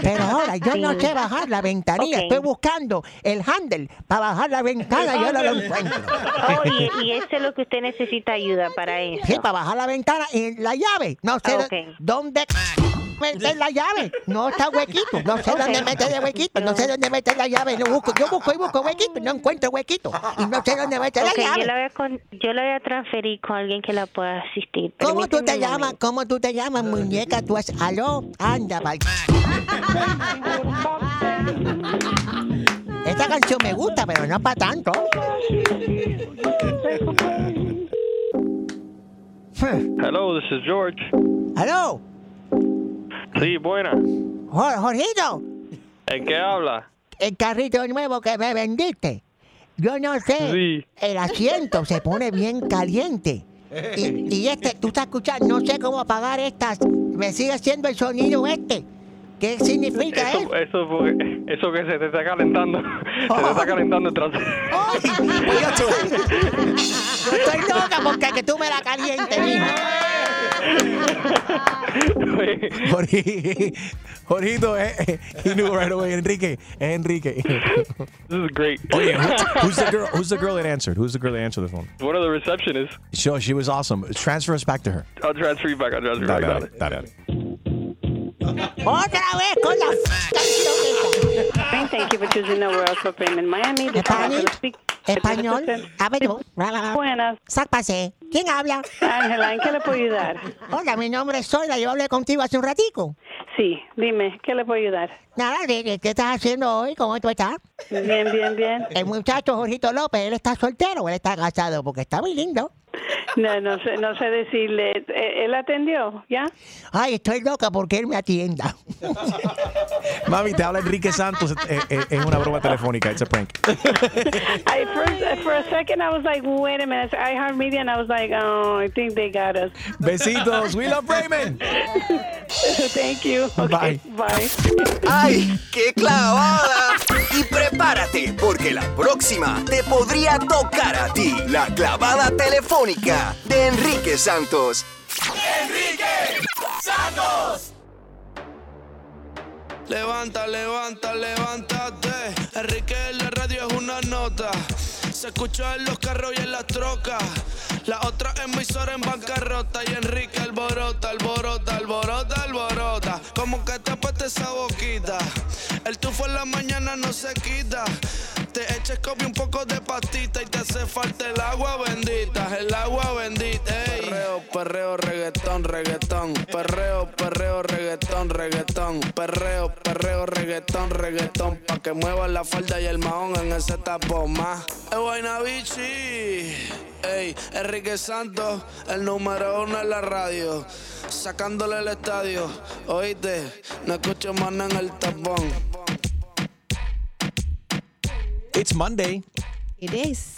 [SPEAKER 7] Pero ahora yo no
[SPEAKER 18] Sí.
[SPEAKER 7] sé bajar la ventanilla.
[SPEAKER 18] Ok.
[SPEAKER 7] Estoy buscando el handle para bajar la ventana y yo no lo encuentro.
[SPEAKER 18] Oh, y, y eso es lo que usted necesita ayuda para eso.
[SPEAKER 7] Sí, para bajar la ventana y la llave. No sé
[SPEAKER 18] Ah,
[SPEAKER 7] de-
[SPEAKER 18] ok.
[SPEAKER 7] dónde meter la llave. No está huequito. No sé dónde meter el huequito. No sé dónde meter la llave. Lo busco. Yo busco y busco huequito y no encuentro huequito. Y no sé dónde meter
[SPEAKER 18] Ok,
[SPEAKER 7] la
[SPEAKER 18] yo, la
[SPEAKER 7] llave.
[SPEAKER 18] voy a con- yo la voy a transferir con alguien que la pueda asistir.
[SPEAKER 7] ¿Cómo tú
[SPEAKER 18] Permíteme
[SPEAKER 7] te
[SPEAKER 18] un
[SPEAKER 7] llamas? ¿Cómo tú te llamas, muñeca? Tú has... ¿Aló? Anda, pa'l... Esta canción me gusta, pero no para tanto.
[SPEAKER 19] Hello, this is George.
[SPEAKER 7] ¿Aló?
[SPEAKER 19] Sí, buena.
[SPEAKER 7] Jor- Jorgito.
[SPEAKER 19] ¿En qué habla?
[SPEAKER 7] el carrito nuevo que me vendiste. Yo no sé,
[SPEAKER 19] Sí.
[SPEAKER 7] el asiento se pone bien caliente.
[SPEAKER 2] Eh.
[SPEAKER 7] Y, y este, tú estás escuchando, no sé cómo apagar estas. Me sigue haciendo el sonido este. ¿Qué significa eso?
[SPEAKER 19] Eso, eso, fue- eso que se te está calentando. Se te está calentando el trasero.
[SPEAKER 7] ¡Oh! Yo estoy loca porque que tú me la calientes, mija.
[SPEAKER 2] Jorge- Jorgito, eh, eh, he knew right away. Enrique, Enrique.
[SPEAKER 19] This is great.
[SPEAKER 2] Oye, who- who's the girl? Who's the girl that answered? Who's the girl that answered the phone?
[SPEAKER 19] One of the receptionists.
[SPEAKER 2] Sure, she was awesome. Transfer us back to her.
[SPEAKER 19] I'll transfer you back. I'll transfer you back.
[SPEAKER 2] Dale,
[SPEAKER 19] Dale.
[SPEAKER 2] dale, dale.
[SPEAKER 17] Otra vez con la Thank you for choosing the world for payment Miami. This is
[SPEAKER 7] Español.
[SPEAKER 17] Angela speak-
[SPEAKER 7] Español. A ver,
[SPEAKER 17] Buenas.
[SPEAKER 7] Sácpase. ¿Quién habla?
[SPEAKER 17] Ángela, ¿en qué le puedo ayudar?
[SPEAKER 7] Hola, mi nombre es Zoila. Yo hablé contigo hace un ratico.
[SPEAKER 17] Sí, dime, ¿qué le puedo ayudar?
[SPEAKER 7] Nada, ¿de- de- ¿qué estás haciendo hoy? ¿Cómo tú estás?
[SPEAKER 17] Bien, bien, bien.
[SPEAKER 7] El muchacho Jorgito López, ¿él está soltero o él está casado? Porque está muy lindo.
[SPEAKER 17] No, no sé, no sé decirle. Eh, ¿Él atendió? ¿Ya?
[SPEAKER 7] Ay, estoy loca porque él me atienda.
[SPEAKER 2] Mami, te habla Enrique Santos. Eh, eh, Es una broma telefónica. It's a prank.
[SPEAKER 17] I, for, for a second, I was like, wait a minute. I heard media, and I was like, oh, I think they got us.
[SPEAKER 2] Besitos. We love Raymond.
[SPEAKER 17] Thank you.
[SPEAKER 2] Bye.
[SPEAKER 17] Bye.
[SPEAKER 8] ¡Ay, qué clavada! Y prepárate, porque la próxima te podría tocar a ti la clavada telefónica de Enrique Santos.
[SPEAKER 20] Enrique Santos.
[SPEAKER 21] Levanta, levanta, levántate. Enrique en la radio es una nota. Se escucha en los carros y en las trocas. La otra emisora en bancarrota. Y Enrique alborota, alborota, alborota, alborota. Como que tapaste esa boquita. El tufo en la mañana no se quita. Te echas copia un poco de pastita y te hace falta el agua bendita, el agua bendita. ey. Perreo, perreo, reggaetón, reggaetón. Perreo, perreo, reggaetón, reggaetón. Perreo, perreo, reggaetón, reggaetón. Pa' que mueva la falda y el mahón en ese tapón más. Es Guaynabichi. Ey, Enrique Santos, el número uno en la radio. Sacándole el estadio. Oíste, no escucho más nada en el tapón.
[SPEAKER 2] It's Monday.
[SPEAKER 4] It is.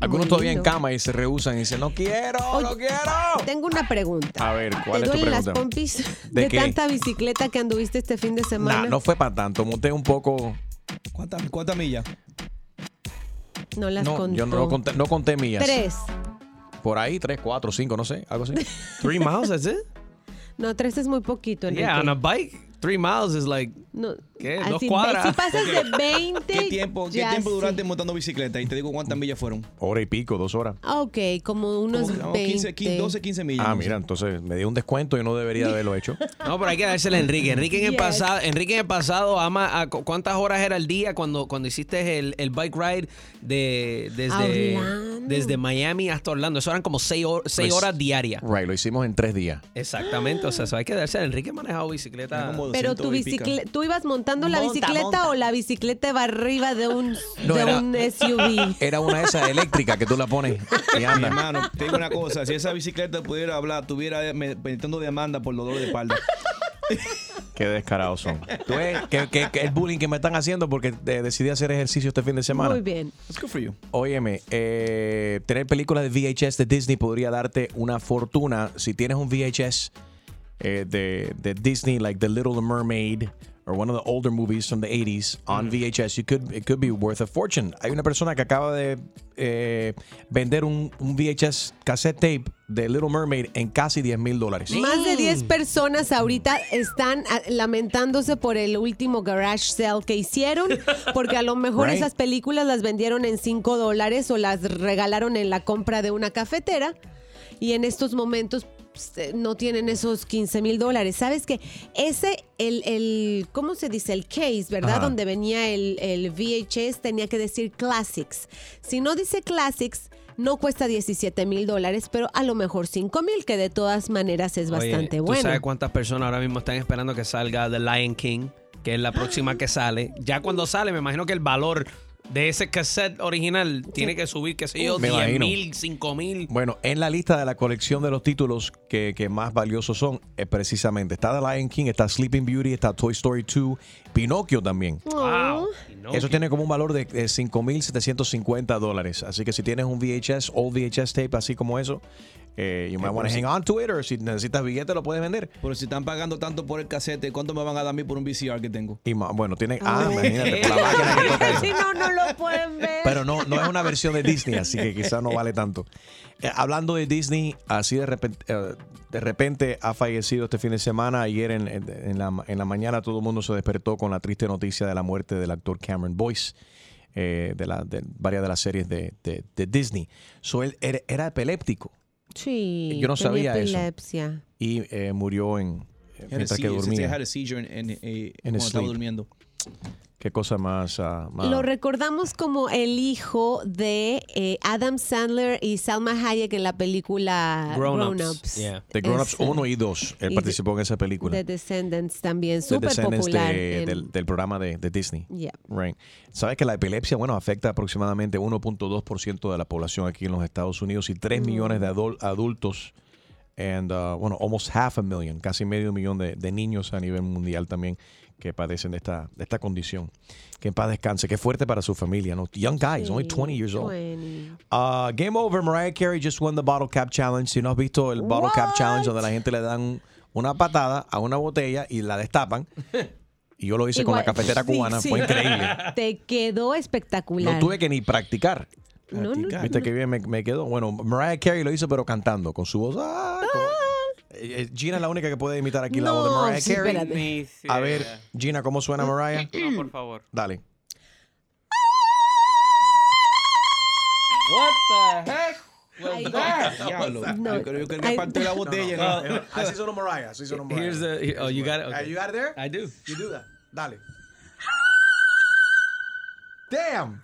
[SPEAKER 2] Algunos
[SPEAKER 4] Muy
[SPEAKER 2] todavía en
[SPEAKER 4] lindo.
[SPEAKER 2] cama y se rehusan y dicen, no quiero, no
[SPEAKER 4] Oye,
[SPEAKER 2] quiero.
[SPEAKER 4] Tengo una pregunta.
[SPEAKER 2] A ver,
[SPEAKER 4] ¿Te
[SPEAKER 2] ¿cuál es tu
[SPEAKER 4] duelen las
[SPEAKER 2] pregunta?
[SPEAKER 4] pompis
[SPEAKER 2] ¿De
[SPEAKER 4] de,
[SPEAKER 2] qué?
[SPEAKER 4] tanta bicicleta que anduviste este fin de semana?
[SPEAKER 2] Nah, no fue para tanto. Monté un poco.
[SPEAKER 6] ¿Cuántas millas?
[SPEAKER 4] No las
[SPEAKER 2] No,
[SPEAKER 4] contó.
[SPEAKER 2] yo no, lo conté, no conté millas.
[SPEAKER 4] Tres.
[SPEAKER 2] Por ahí, tres, cuatro, cinco, no sé, algo así.
[SPEAKER 3] Three miles, that's it?
[SPEAKER 4] No, tres es muy poquito, Enrique.
[SPEAKER 3] Yeah, on a bike, three miles is like,
[SPEAKER 4] No,
[SPEAKER 3] ¿qué?
[SPEAKER 4] así
[SPEAKER 3] Dos
[SPEAKER 4] ve-
[SPEAKER 3] cuadras.
[SPEAKER 4] Si pasas de 20,
[SPEAKER 6] ¿Qué tiempo, qué
[SPEAKER 4] ya
[SPEAKER 6] tiempo
[SPEAKER 4] sí.
[SPEAKER 6] duraste montando bicicleta? Y te digo cuántas millas fueron.
[SPEAKER 2] Hora y pico, dos horas.
[SPEAKER 4] Ah, Ok, como unos
[SPEAKER 6] Como
[SPEAKER 4] 20.
[SPEAKER 6] 15, 15, 12, 15 millas.
[SPEAKER 2] Ah, mira, entonces me dio un descuento y no debería haberlo hecho.
[SPEAKER 3] No, pero hay que dársela a Enrique. Enrique en el
[SPEAKER 4] Yes.
[SPEAKER 3] pasado, Enrique en el pasado ama a cu- cuántas horas era el día cuando, cuando hiciste el, el bike ride de desde,
[SPEAKER 4] Orlando.
[SPEAKER 3] desde Miami hasta Orlando. Eso eran como seis, hor- seis
[SPEAKER 2] Pues-
[SPEAKER 3] horas diarias.
[SPEAKER 2] Right, lo hicimos en tres días.
[SPEAKER 3] Exactamente, o sea, eso hay que dársela. Enrique ha manejado bicicleta.
[SPEAKER 4] Pero tu bicicleta, tú ibas montando la
[SPEAKER 3] Monta,
[SPEAKER 4] bicicleta
[SPEAKER 3] monta.
[SPEAKER 4] o la bicicleta va arriba de un,
[SPEAKER 2] No,
[SPEAKER 4] de
[SPEAKER 2] era-
[SPEAKER 4] un SUV.
[SPEAKER 2] Era una de esas eléctricas que tú la pones y
[SPEAKER 6] Mi
[SPEAKER 2] anda.
[SPEAKER 6] hermano, te digo una cosa, si esa bicicleta pudiera hablar, estuviera me- metiendo demanda por dolor de espalda.
[SPEAKER 2] Qué descarados son. Tú ves que, que- que el bullying que me están haciendo porque eh, decidí hacer ejercicio este fin de semana.
[SPEAKER 4] Muy bien.
[SPEAKER 6] It's good for you.
[SPEAKER 2] Óyeme, eh, tener películas de VHS de Disney podría darte una fortuna. Si tienes un VHS eh, de, de Disney, like The Little Mermaid or one of the older movies from the 80s on VHS, you could, it could be worth a fortune. Hay una persona que acaba de eh, vender un, un VHS cassette tape de Little Mermaid en casi 10 mil dólares.
[SPEAKER 4] Más de 10 personas ahorita están ah, lamentándose por el último garage sale que hicieron, porque a lo mejor
[SPEAKER 2] Right.
[SPEAKER 4] esas películas las vendieron en 5 dólares o las regalaron en la compra de una cafetera y en estos momentos pues, eh, no tienen esos 15 mil dólares. ¿Sabes qué? Ese, el, el, ¿cómo se dice? El case, ¿verdad?
[SPEAKER 22] Ajá.
[SPEAKER 4] Donde venía el, el VHS tenía que decir classics. Si no dice classics... No cuesta 17 mil dólares, pero a lo mejor 5 mil, que de todas maneras es
[SPEAKER 3] Oye,
[SPEAKER 4] bastante
[SPEAKER 3] ¿tú
[SPEAKER 4] bueno.
[SPEAKER 3] sabes cuántas personas ahora mismo están esperando que salga The Lion King, que es la próxima que sale? Ya cuando sale, me imagino que el valor de ese cassette original tiene que subir, qué sé yo,
[SPEAKER 2] Me
[SPEAKER 3] 10 mil,
[SPEAKER 2] imagino.
[SPEAKER 3] 5 mil.
[SPEAKER 2] Bueno, en la lista de la colección de los títulos que, que más valiosos son, es precisamente está The Lion King, está Sleeping Beauty, está Toy Story 2, Pinocchio también.
[SPEAKER 4] Wow.
[SPEAKER 2] Eso tiene como un valor de eh, 5.750 dólares. Así que si tienes un VHS o VHS tape así como eso, Eh, you might want to hang on to it, or si necesitas billete lo puedes vender.
[SPEAKER 6] Pero si están pagando tanto por el casete, ¿cuánto me van a dar a mí por un VCR que tengo?
[SPEAKER 2] Y ma- bueno, tiene. Ah, imagínate, por la máquina que toca eso.
[SPEAKER 4] Si no, no lo pueden ver.
[SPEAKER 2] Pero no, no es una versión de Disney, así que quizás no vale tanto. Eh, hablando de Disney, así de repente, eh, de repente ha fallecido este fin de semana. Ayer en, en- en la, en la mañana todo el mundo se despertó con la triste noticia de la muerte del actor Cameron Boyce. eh, de, la, de varias de las series de, de- de Disney. So, él era- era epiléptico.
[SPEAKER 4] Sí.
[SPEAKER 2] Yo no
[SPEAKER 4] tenía
[SPEAKER 2] sabía eso.
[SPEAKER 4] epilepsia.
[SPEAKER 2] y eh, murió en
[SPEAKER 6] Had a
[SPEAKER 2] mientras que
[SPEAKER 6] seizure,
[SPEAKER 2] dormía.
[SPEAKER 6] had a seizure en- en- eh,
[SPEAKER 2] En
[SPEAKER 6] cuando estaba
[SPEAKER 2] sleep.
[SPEAKER 6] durmiendo.
[SPEAKER 2] Qué cosa más, ah, más-
[SPEAKER 4] Lo recordamos como el hijo de eh, Adam Sandler y Salma Hayek en la película Grown, Ups.
[SPEAKER 2] De Grown Ups
[SPEAKER 4] Esa.
[SPEAKER 2] 1 y 2. Él
[SPEAKER 4] Ah, Este, Y
[SPEAKER 2] participó en esa película.
[SPEAKER 4] The Descendants también,
[SPEAKER 2] The
[SPEAKER 4] súper
[SPEAKER 2] Descendants
[SPEAKER 4] popular.
[SPEAKER 2] de-
[SPEAKER 4] en-
[SPEAKER 2] del, del programa de, de Disney.
[SPEAKER 4] em, Yeah.
[SPEAKER 2] Right. Sabes que la epilepsia, bueno, afecta aproximadamente 1.2% de la población aquí en los Estados Unidos y 3
[SPEAKER 4] Mm.
[SPEAKER 2] millones de adul- adultos. And, uh, bueno, almost half a million, casi medio millón de, de niños a nivel mundial también que padecen de esta, de esta condición. Que en paz descanse. Qué fuerte para su familia, ¿no? Young guys, only 20 years old. Uh, game over. Mariah Carey just won the bottle cap challenge. Si no has visto el bottle cap challenge donde la gente le dan una patada a una botella y la destapan. Y yo lo hice con la
[SPEAKER 4] Igual-
[SPEAKER 2] cafetera
[SPEAKER 4] sí,
[SPEAKER 2] cubana.
[SPEAKER 4] sí.
[SPEAKER 2] Fue increíble.
[SPEAKER 4] Te quedó espectacular.
[SPEAKER 2] No tuve que ni practicar.
[SPEAKER 4] No, no, Practicar.
[SPEAKER 2] Viste que bien me, me quedó. Bueno, Mariah Carey lo hizo, pero cantando con su voz. ah, como- Eh, eh, Gina es la única que puede imitar aquí la voz de
[SPEAKER 4] No,
[SPEAKER 2] Mariah
[SPEAKER 4] sí,
[SPEAKER 2] Carey.
[SPEAKER 4] espérate. Ni
[SPEAKER 2] A ver, Gina, ¿cómo suena Mariah?
[SPEAKER 5] No, por favor.
[SPEAKER 2] Dale.
[SPEAKER 5] What the heck?
[SPEAKER 6] Diablo. Yo creo yo creo que parte de la botella.
[SPEAKER 2] No,
[SPEAKER 6] ¿no?
[SPEAKER 2] no. Así sonó Mariah. Así sonó Mariah.
[SPEAKER 3] "Eh, Here's the. he- Oh, you got it.
[SPEAKER 2] Are
[SPEAKER 3] Okay.
[SPEAKER 2] you out there?
[SPEAKER 3] I do.
[SPEAKER 2] You do that. Dale. Damn.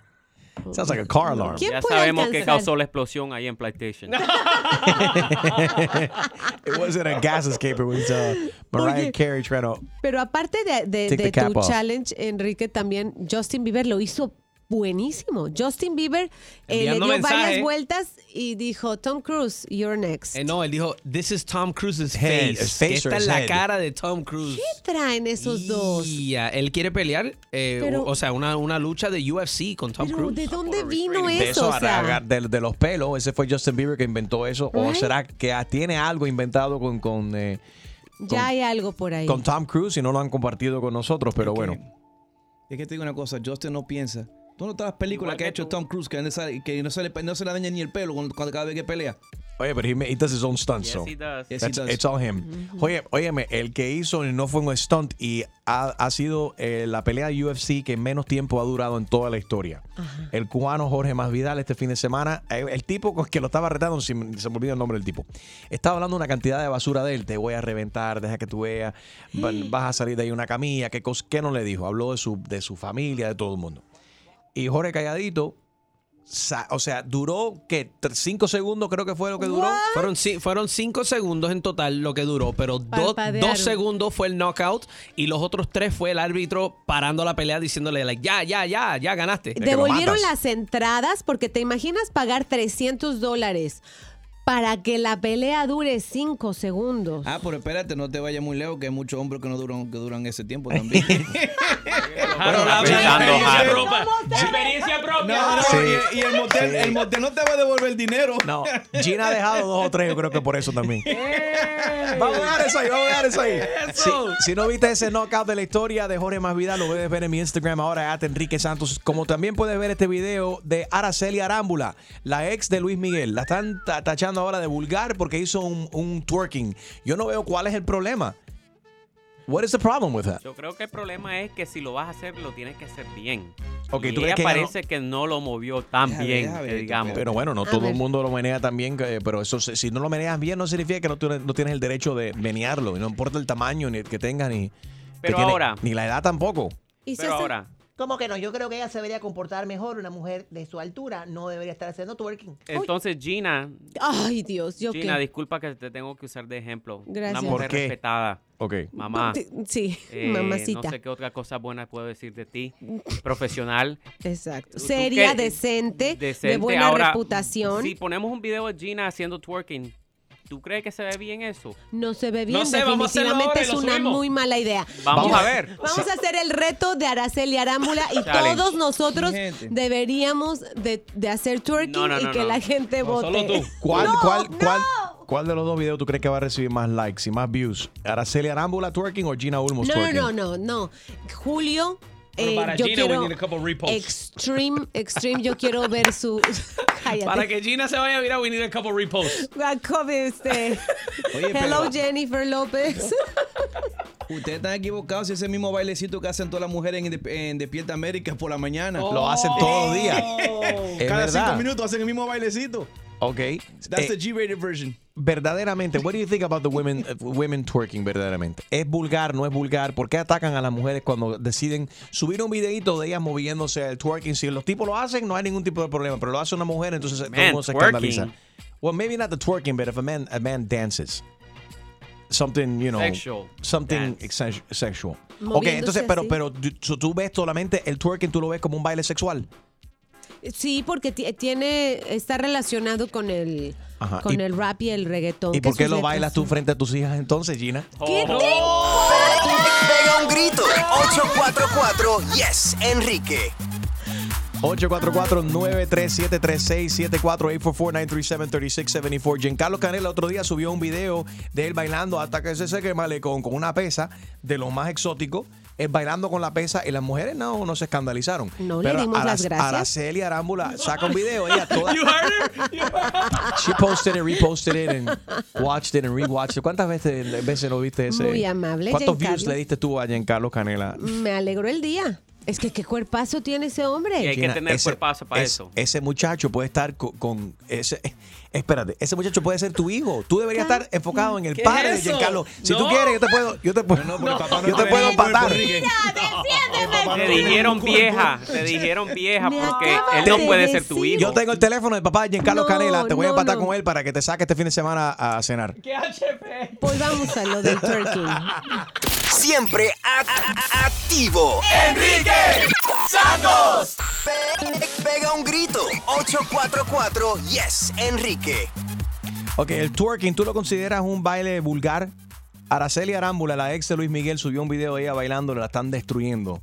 [SPEAKER 2] Sounds like a car alarm.
[SPEAKER 5] Ya sabemos que causó la explosión ahí en PlayStation.
[SPEAKER 2] it wasn't a gas escape. It was uh, Mariah
[SPEAKER 4] Oye.
[SPEAKER 2] Carey trying to.
[SPEAKER 4] Pero aparte de, de-
[SPEAKER 2] Take the
[SPEAKER 4] de
[SPEAKER 2] cap
[SPEAKER 4] tu
[SPEAKER 2] off.
[SPEAKER 4] challenge, Enrique, también Justin Bieber lo hizo buenísimo. Justin Bieber eh, le
[SPEAKER 3] Enviando
[SPEAKER 4] dio varias
[SPEAKER 3] mensaje.
[SPEAKER 4] vueltas y dijo, Tom Cruise, you're next.
[SPEAKER 3] Eh, no, él dijo, this is Tom Cruise's
[SPEAKER 2] Head,
[SPEAKER 3] face.
[SPEAKER 2] his face
[SPEAKER 3] Que
[SPEAKER 2] or
[SPEAKER 3] Esta
[SPEAKER 2] his
[SPEAKER 3] es la
[SPEAKER 2] head.
[SPEAKER 3] cara de Tom Cruise.
[SPEAKER 4] ¿Qué traen esos dos?
[SPEAKER 3] Y ah, él quiere pelear, eh,
[SPEAKER 4] Pero-
[SPEAKER 3] o, o sea, una, una lucha de UFC con Tom
[SPEAKER 4] Pero
[SPEAKER 3] Cruise.
[SPEAKER 4] ¿de dónde vino
[SPEAKER 2] De
[SPEAKER 4] eso?
[SPEAKER 2] eso,
[SPEAKER 4] Pues, O sea,
[SPEAKER 2] agar- de, de los pelos, ese fue Justin Bieber que inventó eso. ¿O
[SPEAKER 4] Right.
[SPEAKER 2] será que ah, tiene algo inventado con, con, eh,
[SPEAKER 4] ya hay algo por ahí.
[SPEAKER 2] con Tom Cruise y no lo han compartido con nosotros? Pero bueno,
[SPEAKER 6] Es que te digo una cosa, Justin no piensa. ¿Tú no todas las películas que ha hecho Tom Cruise que, no sale- que no, se le, no se le daña ni el pelo cuando, cuando- cada vez que pelea?
[SPEAKER 2] oye, pero he, ma- he does his own stunts.
[SPEAKER 6] Yes,
[SPEAKER 2] so
[SPEAKER 6] he does. Mm-hmm. Yes, he
[SPEAKER 2] That's-
[SPEAKER 6] does.
[SPEAKER 2] It's all him. Oye, óyeme, el que hizo no fue un stunt y ha, ha sido eh, la pelea de UFC que menos tiempo ha durado en toda la historia. El cubano Jorge Masvidal este fin de semana, eh, el tipo con- que lo estaba retando, si me- se me olvida el nombre del tipo, estaba hablando una cantidad de basura de él, te voy a reventar, deja que tú veas, va- vas a salir de ahí una camilla, qué, cos- qué no le dijo, habló de su, de su familia, de todo el mundo. Y Jorge Calladito, sa- o sea, duró que cinco segundos creo que fue lo que duró.
[SPEAKER 3] Fueron, ci- fueron cinco segundos en total lo que duró, pero do-
[SPEAKER 4] Parpadearon.
[SPEAKER 3] dos segundos fue el knockout y los otros tres fue el árbitro parando la pelea diciéndole, like, ya, ya, ya, ya ganaste.
[SPEAKER 4] Devolvieron las entradas porque te imaginas pagar 300 dólares para que la pelea dure 5 segundos.
[SPEAKER 6] Ah, pero espérate, no te vayas muy lejos, que hay muchos hombres que no duran, que duran ese tiempo también.
[SPEAKER 5] Bueno, la Pensando, experiencia Harold. propia.
[SPEAKER 6] Experiencia
[SPEAKER 5] propia.
[SPEAKER 6] No, no,
[SPEAKER 2] Sí,
[SPEAKER 6] y, y el motel,
[SPEAKER 2] sí.
[SPEAKER 6] el motel no te va a devolver el dinero.
[SPEAKER 2] No, Gina ha dejado dos o tres, yo creo que por eso también. Vamos a dejar eso ahí, vamos a dejar eso ahí. Si, si no viste ese knockout de la historia de Jorge Más Vida, lo puedes ver en mi Instagram ahora, at Enrique Santos. Como también puedes ver este video de Araceli Arámbula, la ex de Luis Miguel. La están ta- tachando ahora de vulgar porque hizo un, un twerking. Yo no veo cuál es el problema. What is the problem with that?
[SPEAKER 5] Yo creo que el problema es que si lo vas a hacer, lo tienes que hacer bien.
[SPEAKER 2] Ok,
[SPEAKER 5] y
[SPEAKER 2] ¿tú crees
[SPEAKER 5] ella
[SPEAKER 2] que ella no-
[SPEAKER 5] parece que no lo movió tan
[SPEAKER 2] Déjame,
[SPEAKER 5] bien,
[SPEAKER 2] déjame,
[SPEAKER 5] que digamos.
[SPEAKER 2] Pero bueno, no todo el mundo lo menea tan bien, que- pero eso se- si no lo meneas bien no significa que no, tú- no tienes el derecho de menearlo, y no importa el tamaño ni el que tenga ni que
[SPEAKER 5] Pero
[SPEAKER 2] tiene-
[SPEAKER 5] ahora-
[SPEAKER 2] ni la edad tampoco.
[SPEAKER 4] ¿Y
[SPEAKER 5] Pero ahora,
[SPEAKER 7] ¿Cómo que no? Yo creo que ella se debería comportar mejor. Una mujer de su altura no debería estar haciendo twerking.
[SPEAKER 5] entonces Gina,
[SPEAKER 4] Ay, Dios, yo
[SPEAKER 5] Gina,
[SPEAKER 4] qué.
[SPEAKER 5] disculpa que te tengo que usar de ejemplo. Una
[SPEAKER 4] Gracias.
[SPEAKER 5] mujer
[SPEAKER 4] ¿Por qué?
[SPEAKER 5] respetada.
[SPEAKER 2] Ok.
[SPEAKER 5] Mamá.
[SPEAKER 4] Sí,
[SPEAKER 5] eh,
[SPEAKER 4] mamacita.
[SPEAKER 5] No sé qué otra cosa buena puedo decir de ti. Profesional.
[SPEAKER 4] Exacto. Seria, decente, de
[SPEAKER 5] Decente,
[SPEAKER 4] buena
[SPEAKER 5] ahora,
[SPEAKER 4] reputación.
[SPEAKER 5] Si ponemos un video de Gina haciendo twerking, ¿tú crees que se ve bien eso?
[SPEAKER 4] No se ve bien,
[SPEAKER 5] No sé, vamos a hacerlo
[SPEAKER 4] definitivamente
[SPEAKER 5] ahora y
[SPEAKER 4] es
[SPEAKER 5] lo
[SPEAKER 4] una
[SPEAKER 5] subimos.
[SPEAKER 4] muy mala idea.
[SPEAKER 5] Vamos
[SPEAKER 4] Yo-
[SPEAKER 5] a ver.
[SPEAKER 4] Vamos a hacer el reto de Araceli Arámbula y
[SPEAKER 5] Challenge.
[SPEAKER 4] todos nosotros
[SPEAKER 5] Mi gente.
[SPEAKER 4] deberíamos de, de hacer twerking
[SPEAKER 5] No, no,
[SPEAKER 4] y
[SPEAKER 5] no,
[SPEAKER 4] que
[SPEAKER 5] no.
[SPEAKER 4] la gente vote.
[SPEAKER 2] ¿Cuál,
[SPEAKER 4] No,
[SPEAKER 2] cuál,
[SPEAKER 4] no.
[SPEAKER 2] cuál, ¿Cuál de los dos videos tú crees que va a recibir más likes y más views? ¿Araceli Arámbula twerking o Gina Ulmos
[SPEAKER 4] No,
[SPEAKER 2] twerking?
[SPEAKER 4] no, no, no, no. Julio, eh,
[SPEAKER 3] Para
[SPEAKER 4] yo
[SPEAKER 3] Gina, we
[SPEAKER 4] quiero
[SPEAKER 3] need a couple reposts.
[SPEAKER 4] extreme, extreme, yo quiero ver su. Cállate.
[SPEAKER 3] Para que Gina se vaya a virar, we need a couple reposts.
[SPEAKER 4] Ah, come este.
[SPEAKER 6] Oye,
[SPEAKER 4] Hello
[SPEAKER 6] pero-
[SPEAKER 4] Jennifer López.
[SPEAKER 6] Ustedes están equivocados. Ese mismo bailecito que hacen todas las mujeres en, Dep- en Despierta América por la mañana.
[SPEAKER 2] Lo hacen todos los días. Es
[SPEAKER 6] Oh. Cada
[SPEAKER 2] verdad.
[SPEAKER 6] cinco minutos hacen el mismo bailecito.
[SPEAKER 2] Ok.
[SPEAKER 6] That's the
[SPEAKER 2] Eh,
[SPEAKER 6] G-rated version.
[SPEAKER 2] verdaderamente, what do you think about the women eh, women twerking verdaderamente? ¿Es vulgar, no es vulgar? ¿Por qué atacan a las mujeres cuando deciden subir un videito de ellas moviéndose al twerking? Si los tipos lo hacen, no hay ningún tipo de problema, pero lo hace una mujer, entonces todo el
[SPEAKER 5] Man,
[SPEAKER 2] mundo se
[SPEAKER 5] twerking.
[SPEAKER 2] escandaliza. Well, maybe not the twerking, but if a man a man dances something, you know,
[SPEAKER 5] Sexual
[SPEAKER 2] something exen- sexual. Ok,
[SPEAKER 4] Moviéndose
[SPEAKER 2] entonces, pero
[SPEAKER 4] así.
[SPEAKER 2] pero tú- so tú ves solamente el twerking, tú lo ves como un baile sexual.
[SPEAKER 4] Sí, porque ti- tiene está relacionado con el
[SPEAKER 2] Ajá,
[SPEAKER 4] con
[SPEAKER 2] Ah, y-
[SPEAKER 4] el rap y el reggaetón.
[SPEAKER 2] ¿Y
[SPEAKER 4] que
[SPEAKER 2] por qué
[SPEAKER 4] sus
[SPEAKER 2] lo
[SPEAKER 4] letras
[SPEAKER 2] bailas tú frente a tus hijas entonces, Gina?
[SPEAKER 4] ¿Qué
[SPEAKER 20] Oh.
[SPEAKER 8] Pega un grito. 844-YES, Enrique.
[SPEAKER 2] 844-937-3674-844-937-3674. Giancarlo Canela otro día subió un video de él bailando hasta que se seque el malecón con una pesa de lo más exótico. Él bailando con la pesa y las mujeres no, no se escandalizaron.
[SPEAKER 4] No le dimos
[SPEAKER 2] Ara-
[SPEAKER 4] las gracias.
[SPEAKER 2] Araceli Arámbula saca un video. Ella toda,
[SPEAKER 3] You heard her?
[SPEAKER 2] she posted it, reposted it, and watched it, and rewatched it. ¿Cuántas veces, veces lo viste ese?
[SPEAKER 4] Muy amable,
[SPEAKER 2] ¿Cuántos views
[SPEAKER 4] Giancarlo.
[SPEAKER 2] le diste tú a Giancarlo Canela?
[SPEAKER 4] Mm, Me alegró el día. Es que qué cuerpazo tiene ese hombre.
[SPEAKER 2] Gina, ese- es- Ese muchacho puede estar co- con, ese espérate, ese muchacho puede ser tu hijo. Tú deberías estar enfocado en el
[SPEAKER 20] ¿Qué es
[SPEAKER 2] padre de
[SPEAKER 20] eso?
[SPEAKER 2] Giancarlo. Si tú
[SPEAKER 20] No.
[SPEAKER 2] quieres, yo te puedo, yo te puedo,
[SPEAKER 20] porque papá no
[SPEAKER 2] yo te
[SPEAKER 20] está
[SPEAKER 2] puedo
[SPEAKER 20] bien, pues,
[SPEAKER 2] empatar.
[SPEAKER 20] Enrique.
[SPEAKER 5] Te dijeron vieja, te dijeron vieja porque él no puede ser tu hijo.
[SPEAKER 2] Yo tengo el teléfono del papá de Giancarlo
[SPEAKER 5] No,
[SPEAKER 2] Canela, te voy a
[SPEAKER 5] no,
[SPEAKER 2] empatar
[SPEAKER 5] no.
[SPEAKER 2] con él para que te saque este fin de semana a cenar.
[SPEAKER 4] Pues vamos a lo del twerking.
[SPEAKER 8] Siempre a- a- activo.
[SPEAKER 20] Enrique Santos.
[SPEAKER 8] Pe- pega un grito. 844-YES, Enrique.
[SPEAKER 2] Ok, el twerking, ¿tú lo consideras un baile vulgar? Araceli Arámbula, la ex de Luis Miguel, subió un video de ella bailando, la están destruyendo.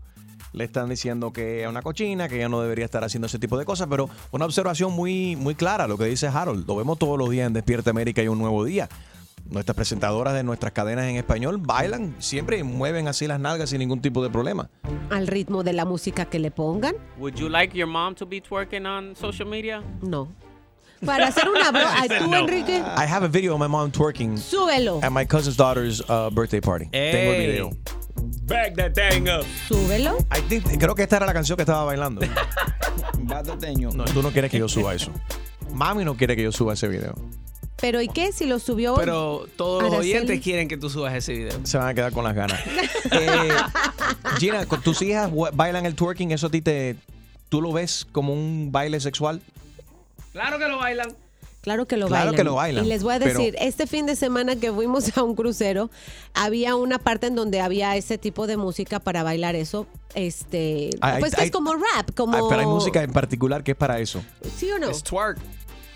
[SPEAKER 2] Le están diciendo que es una cochina, que ella no debería estar haciendo ese tipo de cosas, pero una observación muy, muy clara, lo que dice Harold. Lo vemos todos los días en Despierta América y un nuevo día. Nuestras presentadoras de nuestras cadenas en español bailan siempre y mueven así las nalgas sin ningún tipo de problema.
[SPEAKER 4] Al ritmo de la música que le pongan.
[SPEAKER 5] Would you like your mom to be twerking on social media?
[SPEAKER 4] No. Para hacer una broma,
[SPEAKER 5] She said
[SPEAKER 4] tú
[SPEAKER 5] no.
[SPEAKER 4] Enrique,
[SPEAKER 2] I have a video of my mom twerking
[SPEAKER 4] súbelo,
[SPEAKER 2] at my cousin's daughter's uh, birthday party. Tengo el
[SPEAKER 3] Ey.
[SPEAKER 2] video.
[SPEAKER 3] Back that thing up.
[SPEAKER 4] súbelo.
[SPEAKER 2] I think- creo que esta era la canción que estaba bailando. No, tú no quieres que yo suba eso. Mami no quiere que yo suba ese video.
[SPEAKER 4] Pero ¿y qué si lo subió?
[SPEAKER 3] Pero todos los
[SPEAKER 4] Araceli?
[SPEAKER 3] oyentes quieren que tú subas ese video.
[SPEAKER 2] Se van a quedar con las ganas. Eh, Gina, con tus hijas wa- bailan el twerking, eso a ti te. ¿Tú lo ves como un baile sexual? Ah,
[SPEAKER 3] Claro que lo bailan.
[SPEAKER 4] Claro que lo
[SPEAKER 2] Claro
[SPEAKER 4] bailan.
[SPEAKER 2] que lo bailan,
[SPEAKER 4] Y les voy a
[SPEAKER 2] pero-
[SPEAKER 4] decir, este fin de semana que fuimos a un crucero, había una parte en donde había ese tipo de música para bailar eso. Este,
[SPEAKER 2] Hay-
[SPEAKER 4] pues que
[SPEAKER 2] hay-
[SPEAKER 4] es como rap, como
[SPEAKER 2] Ah, pero hay música en particular que es para eso.
[SPEAKER 4] ¿Sí o no?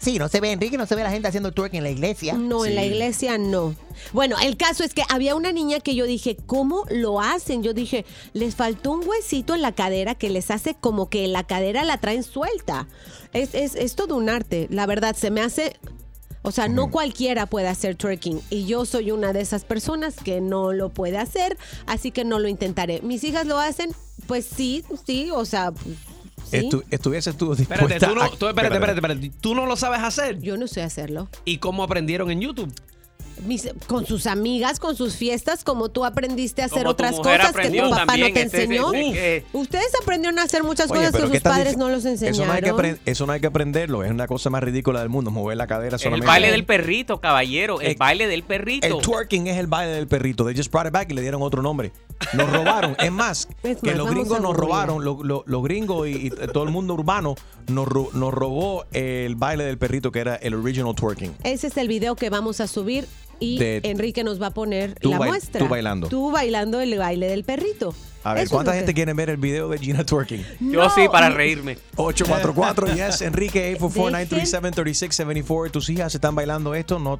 [SPEAKER 7] Sí, no se ve, Enrique, no se ve la gente haciendo twerk en la iglesia.
[SPEAKER 4] No, en la iglesia no. Bueno, el caso es que había una niña que yo dije, ¿cómo lo hacen? Yo dije, les faltó un huesito en la cadera que les hace como que la cadera la traen suelta. Es, es, es todo un arte, la verdad, se me hace... O sea, no cualquiera puede hacer twerking y yo soy una de esas personas que no lo puede hacer, así que no lo intentaré. ¿Mis hijas lo hacen? Pues sí, sí, o sea, pues, sí.
[SPEAKER 2] Estu- estuvieses Eh, tú dispuesta
[SPEAKER 3] Espérate, tú no,
[SPEAKER 2] a-
[SPEAKER 3] tú- espérate, espérate, espérate. ¿Tú no lo sabes hacer?
[SPEAKER 4] Yo no sé hacerlo.
[SPEAKER 3] ¿Y cómo aprendieron en YouTube?
[SPEAKER 4] mis- con sus amigas, con sus fiestas, como tú aprendiste a hacer
[SPEAKER 3] Como tu
[SPEAKER 4] otras
[SPEAKER 3] mujer
[SPEAKER 4] cosas que tu
[SPEAKER 3] aprendió
[SPEAKER 4] papá no
[SPEAKER 3] también,
[SPEAKER 4] te
[SPEAKER 3] este, este,
[SPEAKER 4] enseñó.
[SPEAKER 3] este,
[SPEAKER 4] Ustedes aprendieron a hacer muchas
[SPEAKER 2] Oye,
[SPEAKER 4] cosas
[SPEAKER 2] pero
[SPEAKER 4] que
[SPEAKER 2] ¿qué
[SPEAKER 4] sus
[SPEAKER 2] tan
[SPEAKER 4] padres
[SPEAKER 2] dif-
[SPEAKER 4] no los enseñaron.
[SPEAKER 2] Eso no, hay que apren- eso no hay que aprenderlo. Es una cosa más ridícula del mundo. Mover la cadera
[SPEAKER 5] El
[SPEAKER 2] solamente.
[SPEAKER 5] baile del perrito, caballero. El
[SPEAKER 2] Eh,
[SPEAKER 5] baile del perrito.
[SPEAKER 2] El twerking es el baile del perrito. They just brought it back y le dieron otro nombre. Nos robaron. Es más,
[SPEAKER 4] Pues,
[SPEAKER 5] Es
[SPEAKER 2] que
[SPEAKER 5] más,
[SPEAKER 2] los
[SPEAKER 5] vamos
[SPEAKER 2] gringos
[SPEAKER 5] a
[SPEAKER 2] nos
[SPEAKER 5] Google.
[SPEAKER 2] robaron. lo- lo- los gringos y, y todo el mundo urbano nos, ro- nos robó el baile del perrito que era el original twerking.
[SPEAKER 4] Ese es el video que vamos a subir y
[SPEAKER 2] De-
[SPEAKER 4] Enrique nos va a poner
[SPEAKER 2] Tú
[SPEAKER 4] la
[SPEAKER 2] bail-
[SPEAKER 4] muestra.
[SPEAKER 2] tú bailando.
[SPEAKER 4] Tú bailando el baile del perrito.
[SPEAKER 2] A ver,
[SPEAKER 4] Eso es
[SPEAKER 2] ¿cuánta
[SPEAKER 4] lo
[SPEAKER 2] gente quiere ver el video de Gina twerking?
[SPEAKER 4] Yo No. sí, para
[SPEAKER 5] reírme.
[SPEAKER 2] 844 yes Enrique 844-937-3674. Tus hijas están bailando esto, no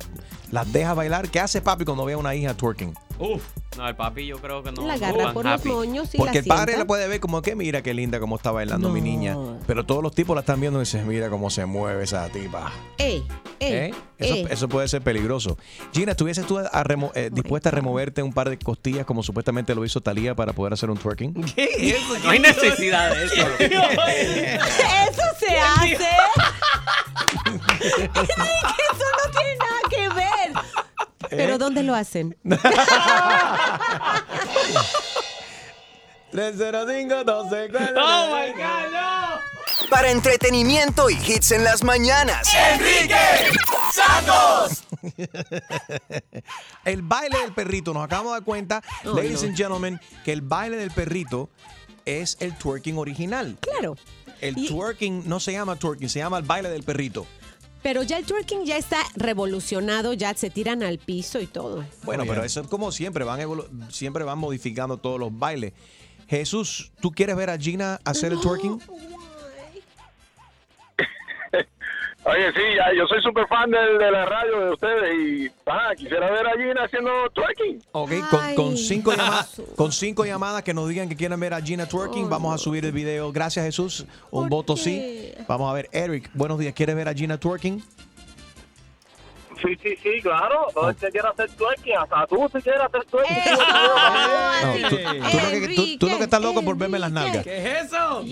[SPEAKER 2] las deja bailar. ¿Qué hace papi cuando ve a una hija twerking?
[SPEAKER 5] Uf. No, el papi yo creo que no.
[SPEAKER 4] La agarra
[SPEAKER 5] no
[SPEAKER 4] por
[SPEAKER 5] van
[SPEAKER 4] los
[SPEAKER 5] happy.
[SPEAKER 4] moños y
[SPEAKER 2] Porque
[SPEAKER 4] la
[SPEAKER 2] el padre
[SPEAKER 4] sienta.
[SPEAKER 2] la puede ver como que mira qué linda cómo está bailando mi niña. Pero todos los tipos la están viendo y dicen, mira cómo se mueve esa tipa.
[SPEAKER 4] Ey, ey,
[SPEAKER 2] ¿Eh? Eso,
[SPEAKER 4] ey.
[SPEAKER 2] eso puede ser peligroso. Gina, ¿estuvieses tú a remo- eh, dispuesta a removerte un par de costillas como supuestamente lo hizo Talía para poder hacer un twerking?
[SPEAKER 5] No hay necesidad de eso.
[SPEAKER 4] Eso se hace. Ay, que eso no tiene nada que ver.
[SPEAKER 2] eh.
[SPEAKER 4] Pero ¿dónde lo hacen?
[SPEAKER 20] Oh my God, no.
[SPEAKER 8] Para entretenimiento y hits en las mañanas.
[SPEAKER 20] Enrique Santos.
[SPEAKER 2] el baile del perrito, nos acabamos de dar cuenta,
[SPEAKER 20] Oh,
[SPEAKER 2] ladies
[SPEAKER 20] no.
[SPEAKER 2] and gentlemen, que el baile del perrito es el twerking original.
[SPEAKER 4] Claro.
[SPEAKER 2] El
[SPEAKER 4] Y-
[SPEAKER 2] twerking no se llama twerking, se llama el baile del perrito.
[SPEAKER 4] Pero ya el twerking ya está revolucionado, ya se tiran al piso y todo.
[SPEAKER 2] Bueno, pero eso es como siempre, van evolu- siempre van modificando todos los bailes. Jesús, ¿tú quieres ver a Gina hacer el twerking?
[SPEAKER 13] Oye, sí, ya, yo soy súper fan del- de la radio de ustedes y ah, quisiera ver a Gina haciendo twerking.
[SPEAKER 2] Ok, con, con cinco llamadas, con cinco llamadas que nos digan que quieren ver a Gina twerking, vamos a subir el video. Gracias, Jesús. Un voto sí. Vamos a ver, Eric, buenos días. ¿Quieres ver a Gina twerking?
[SPEAKER 13] Sí, sí, sí, claro.
[SPEAKER 2] Oh.
[SPEAKER 13] Todo el que quiera hacer twerking, hasta tú si quieres hacer twerking.
[SPEAKER 2] No, tú, tú lo que, tú- tú lo que estás loco por verme las nalgas.
[SPEAKER 13] es eso?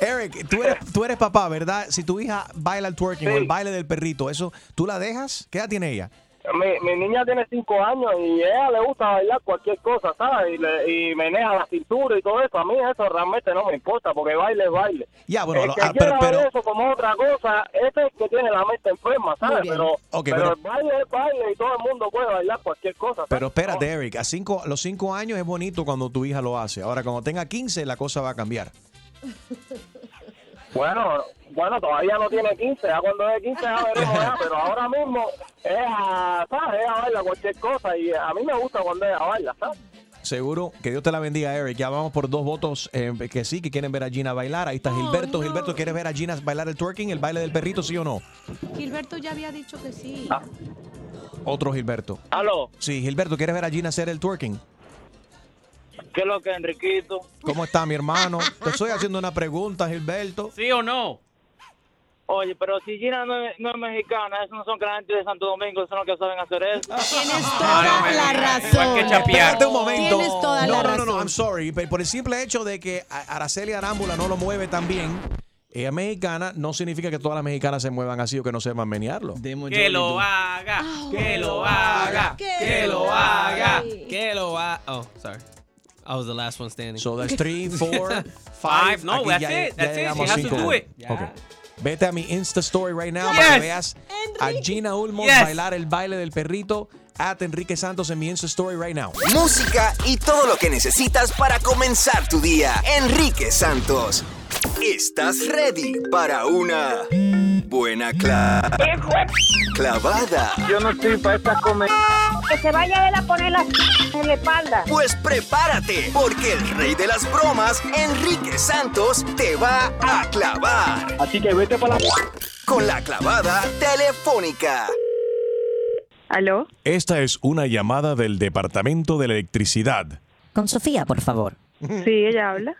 [SPEAKER 2] Eric, tú eres, tú eres papá, ¿verdad? Si tu hija baila el twerking o el baile del perrito, eso, ¿tú la dejas? ¿Qué edad tiene ella?
[SPEAKER 13] Mi, mi niña tiene cinco años y a ella le gusta bailar cualquier cosa, ¿sabes? Y, le- y maneja la cintura y todo eso. A mí eso realmente no me importa porque baile es baile.
[SPEAKER 2] Ya, bueno,
[SPEAKER 13] el
[SPEAKER 2] lo-
[SPEAKER 13] que
[SPEAKER 2] ah,
[SPEAKER 13] quiera
[SPEAKER 2] pero-
[SPEAKER 13] ver
[SPEAKER 2] pero-
[SPEAKER 13] eso como otra cosa, ese es el que tiene la mente enferma, ¿sabes?
[SPEAKER 2] bien.
[SPEAKER 13] Pero,
[SPEAKER 2] Ok,
[SPEAKER 13] pero
[SPEAKER 2] pero-
[SPEAKER 13] el baile es baile y todo el mundo puede bailar cualquier cosa. ¿sabes?
[SPEAKER 2] Pero espérate, Eric, a cinco, a los cinco años es bonito cuando tu hija lo hace. Ahora, cuando tenga 15, la cosa va a cambiar.
[SPEAKER 13] Bueno, bueno, todavía no tiene 15, ya cuando es 15 ya veremos, ya, pero ahora mismo ella, ¿sabes? Ella baila cualquier cosa y a mí me gusta cuando ella baila, ¿sabes?
[SPEAKER 2] Seguro que Dios te la bendiga, Eric. Ya vamos por dos votos eh, que sí, que quieren ver a Gina bailar. Ahí está Gilberto. Gilberto, ¿quieres ver a Gina bailar el twerking, el baile del perrito, sí o no?
[SPEAKER 4] Gilberto ya había dicho que sí.
[SPEAKER 2] Otro Gilberto.
[SPEAKER 13] ¿Aló?
[SPEAKER 2] Sí, Gilberto, ¿quieres ver a Gina hacer el twerking?
[SPEAKER 13] ¿Qué es lo que, Enriquito?
[SPEAKER 2] ¿Cómo está mi hermano? Te estoy haciendo una pregunta, Gilberto.
[SPEAKER 5] ¿Sí o no?
[SPEAKER 13] Oye, pero si Gina no es, no es mexicana, esos no son creyentes de Santo Domingo, son los que saben hacer Ah. eso.
[SPEAKER 4] Tienes
[SPEAKER 14] Ah,
[SPEAKER 2] la razón.
[SPEAKER 5] que chapear.
[SPEAKER 2] Espérate un momento.
[SPEAKER 5] Tienes toda
[SPEAKER 2] no,
[SPEAKER 5] la
[SPEAKER 2] no, no, no, I'm sorry. Pero Por el simple hecho de que a- Araceli Arámbula no lo mueve tan bien, ella es mexicana, no significa que todas las mexicanas se muevan así o que no sepan menearlo.
[SPEAKER 3] Que lo
[SPEAKER 5] haga,
[SPEAKER 3] que lo haga, Ah, que lo haga, que lo haga. Oh, sorry. I was the last one standing.
[SPEAKER 2] So that's three, four,
[SPEAKER 5] Five. No,
[SPEAKER 2] Aquí
[SPEAKER 5] that's
[SPEAKER 2] ya-
[SPEAKER 5] it.
[SPEAKER 2] ya
[SPEAKER 5] That's it. She
[SPEAKER 2] llegamos
[SPEAKER 5] has to
[SPEAKER 2] cinco.
[SPEAKER 5] do it.
[SPEAKER 2] Ok. Vete a mi Insta Story right now
[SPEAKER 5] Yes.
[SPEAKER 2] para que veas a Gina Ulmos
[SPEAKER 8] Yes.
[SPEAKER 2] bailar el baile del perrito. At Enrique Santos en mi Insta Story right now.
[SPEAKER 8] Música y todo lo que necesitas para comenzar tu día. Enrique Santos. ¿Estás ready para una buena cla- clavada? Yo no estoy para esta comer.
[SPEAKER 9] Que se vaya a él a poner la en la espalda.
[SPEAKER 8] Pues prepárate, porque el rey de las bromas, Enrique Santos, te va a clavar. Así que vete para la... Con la clavada telefónica.
[SPEAKER 10] ¿Aló?
[SPEAKER 22] Esta es una llamada del Departamento de Electricidad.
[SPEAKER 10] Con Sofía, por favor. Sí, ella habla.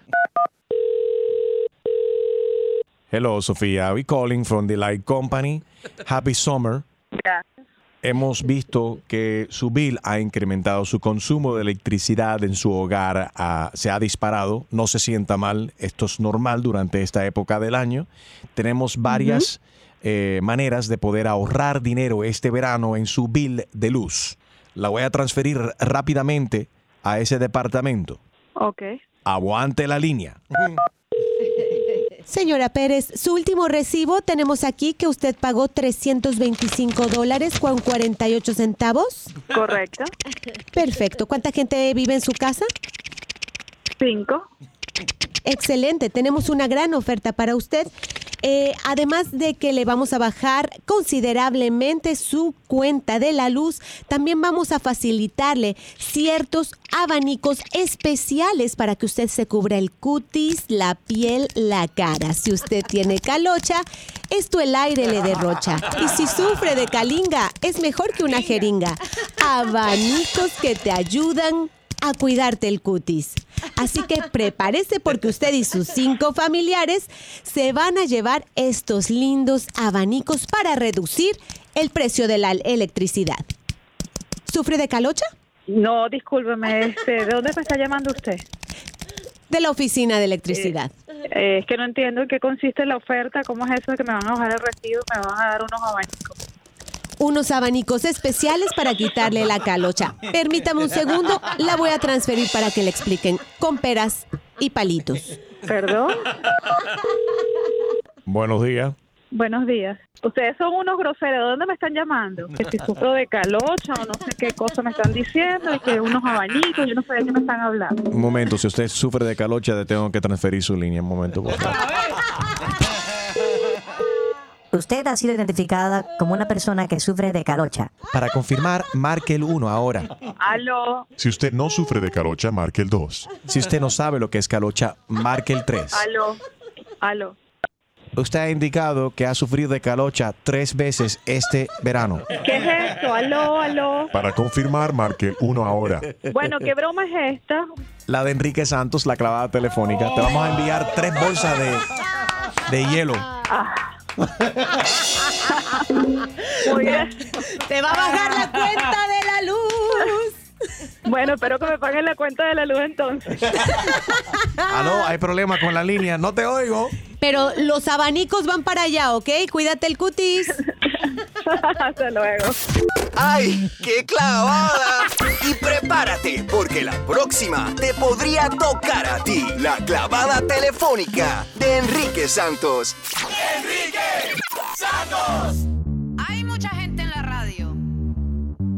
[SPEAKER 2] Hello, Sofía. We calling from the Light Company. Happy summer. Hemos visto que su bill ha incrementado su consumo de electricidad en su hogar, ah, se ha disparado. No se sienta mal, esto es normal durante esta época del año. Tenemos varias eh, maneras de poder ahorrar dinero este verano en su bill de luz. La voy a transferir rápidamente a ese departamento.
[SPEAKER 10] Ok.
[SPEAKER 2] Aguante la línea.
[SPEAKER 4] Señora Pérez, su último recibo tenemos aquí que usted pagó 325 dólares con 48 centavos.
[SPEAKER 10] Correcto.
[SPEAKER 4] Perfecto. ¿Cuánta gente vive en su casa?
[SPEAKER 10] Cinco.
[SPEAKER 4] Excelente, tenemos una gran oferta para usted. Eh, además de que le vamos a bajar considerablemente su cuenta de la luz, también vamos a facilitarle ciertos abanicos especiales para que usted se cubra el cutis, la piel, la cara. Si usted tiene calocha, esto el aire le derrocha. Y si sufre de calinga, es mejor que una jeringa. Abanicos que te ayudan a cuidarte el cutis. Así que prepárese porque usted y sus cinco familiares se van a llevar estos lindos abanicos para reducir el precio de la electricidad. ¿Sufre de calocha?
[SPEAKER 10] No, discúlpeme, este, ¿de dónde me está llamando usted?
[SPEAKER 4] De la oficina de electricidad.
[SPEAKER 10] Eh, es que no entiendo en qué consiste la oferta, cómo es eso de que me van a bajar el recibo y me van a dar unos abanicos.
[SPEAKER 4] Unos abanicos especiales para quitarle la calocha. Permítame un segundo, la voy a transferir para que le expliquen. Con peras y palitos.
[SPEAKER 10] ¿Perdón?
[SPEAKER 22] Buenos días.
[SPEAKER 10] Buenos días. Ustedes son unos groseros, ¿de dónde me están llamando? Que si sufro de calocha o no sé qué cosa me están diciendo, y que unos abanicos, yo no sé de qué me están hablando.
[SPEAKER 2] Un momento, si usted sufre de calocha, le tengo que transferir su línea. Un momento, por favor.
[SPEAKER 11] Usted ha sido identificada como una persona que sufre de calocha.
[SPEAKER 2] Para confirmar, marque el 1 ahora.
[SPEAKER 10] Aló,
[SPEAKER 22] Si usted no sufre de carocha, marque el 2.
[SPEAKER 2] Si usted no sabe lo que es calocha, marque el 3.
[SPEAKER 10] aló, aló.
[SPEAKER 2] Usted ha indicado que ha sufrido de calocha tres veces este verano.
[SPEAKER 10] ¿Qué es esto? Aló, aló.
[SPEAKER 22] Para confirmar, marque el 1 ahora.
[SPEAKER 10] Bueno, ¿qué broma es esta?
[SPEAKER 2] La de Enrique Santos, la clavada telefónica. Te vamos a enviar tres bolsas de, de hielo.
[SPEAKER 10] Ah,
[SPEAKER 4] Te va a bajar la cuenta de la luz.
[SPEAKER 10] Bueno, espero que me paguen la cuenta de la luz entonces.
[SPEAKER 8] Ah,
[SPEAKER 2] Aló, hay problema con la línea. No te oigo.
[SPEAKER 4] Pero los abanicos van para allá, ¿ok? Cuídate el cutis.
[SPEAKER 10] Hasta luego.
[SPEAKER 8] ¡Ay, qué clavada! Ah, Y prepárate, porque la próxima te podría tocar a ti la clavada telefónica de Enrique Santos.
[SPEAKER 20] Enrique Santos.
[SPEAKER 12] Hay mucha gente en la radio,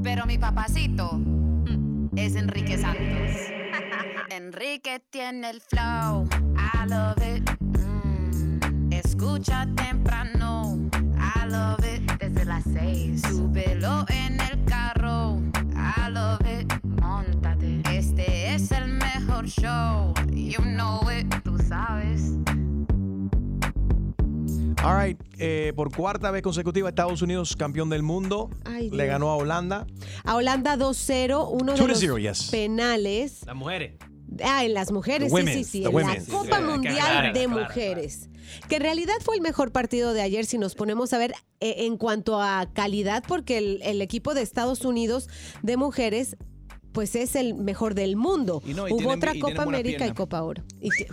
[SPEAKER 12] pero mi papacito mm, es Enrique Santos. Enrique tiene el flow, I love it. Mm, Escucha temprano, I love it. Desde las seis, súbelo en el carro, I love it. Móntate, este es el mejor show, you know it, tú sabes.
[SPEAKER 2] All right, eh, por cuarta vez consecutiva, Estados Unidos campeón del mundo.
[SPEAKER 4] Ay, Dios.
[SPEAKER 2] Le ganó a Holanda.
[SPEAKER 4] A Holanda 2-0, uno de
[SPEAKER 2] 2-0,
[SPEAKER 4] los
[SPEAKER 2] yes.
[SPEAKER 4] penales.
[SPEAKER 3] Las mujeres.
[SPEAKER 4] Ah, en las mujeres,
[SPEAKER 3] The
[SPEAKER 4] sí, sí,
[SPEAKER 3] women's,
[SPEAKER 4] sí,
[SPEAKER 3] the
[SPEAKER 4] en
[SPEAKER 3] women's.
[SPEAKER 4] la Copa
[SPEAKER 3] Sí,
[SPEAKER 4] Mundial
[SPEAKER 3] claro,
[SPEAKER 4] de
[SPEAKER 3] claro,
[SPEAKER 4] Mujeres, que en realidad fue el mejor partido de ayer si nos ponemos a ver eh, en cuanto a calidad, porque el, el equipo de Estados Unidos de mujeres, pues es el mejor del mundo.
[SPEAKER 6] Y no, y
[SPEAKER 4] Hubo
[SPEAKER 6] tienen-
[SPEAKER 4] otra
[SPEAKER 6] y tienen
[SPEAKER 4] Copa
[SPEAKER 6] buena
[SPEAKER 4] América y
[SPEAKER 6] pierna.
[SPEAKER 4] Copa Oro. Y, que-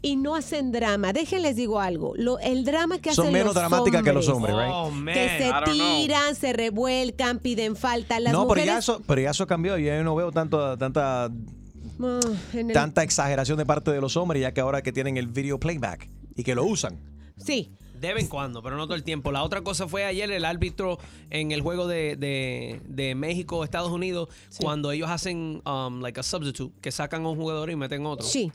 [SPEAKER 4] y no hacen drama, déjenles digo algo, lo- el drama que
[SPEAKER 2] Son
[SPEAKER 4] hacen
[SPEAKER 2] menos
[SPEAKER 4] los
[SPEAKER 2] dramáticas que los
[SPEAKER 4] hombres,
[SPEAKER 2] hombres, right?
[SPEAKER 14] Oh,
[SPEAKER 4] que se tiran, se revuelcan, piden falta. Las
[SPEAKER 2] no,
[SPEAKER 4] mujeres,
[SPEAKER 2] pero, ya eso, pero ya eso cambió. Ya no veo tanto, tanta,
[SPEAKER 4] Ah, en el-
[SPEAKER 2] tanta exageración de parte de los hombres, ya que ahora que tienen el video playback y que lo usan.
[SPEAKER 4] Sí.
[SPEAKER 3] De vez en cuando, pero no todo el tiempo. La otra cosa fue ayer el árbitro en el juego de, de- de México, Estados Unidos, cuando ellos hacen um, like a substitute, que sacan a un jugador y meten otro.
[SPEAKER 4] Sí.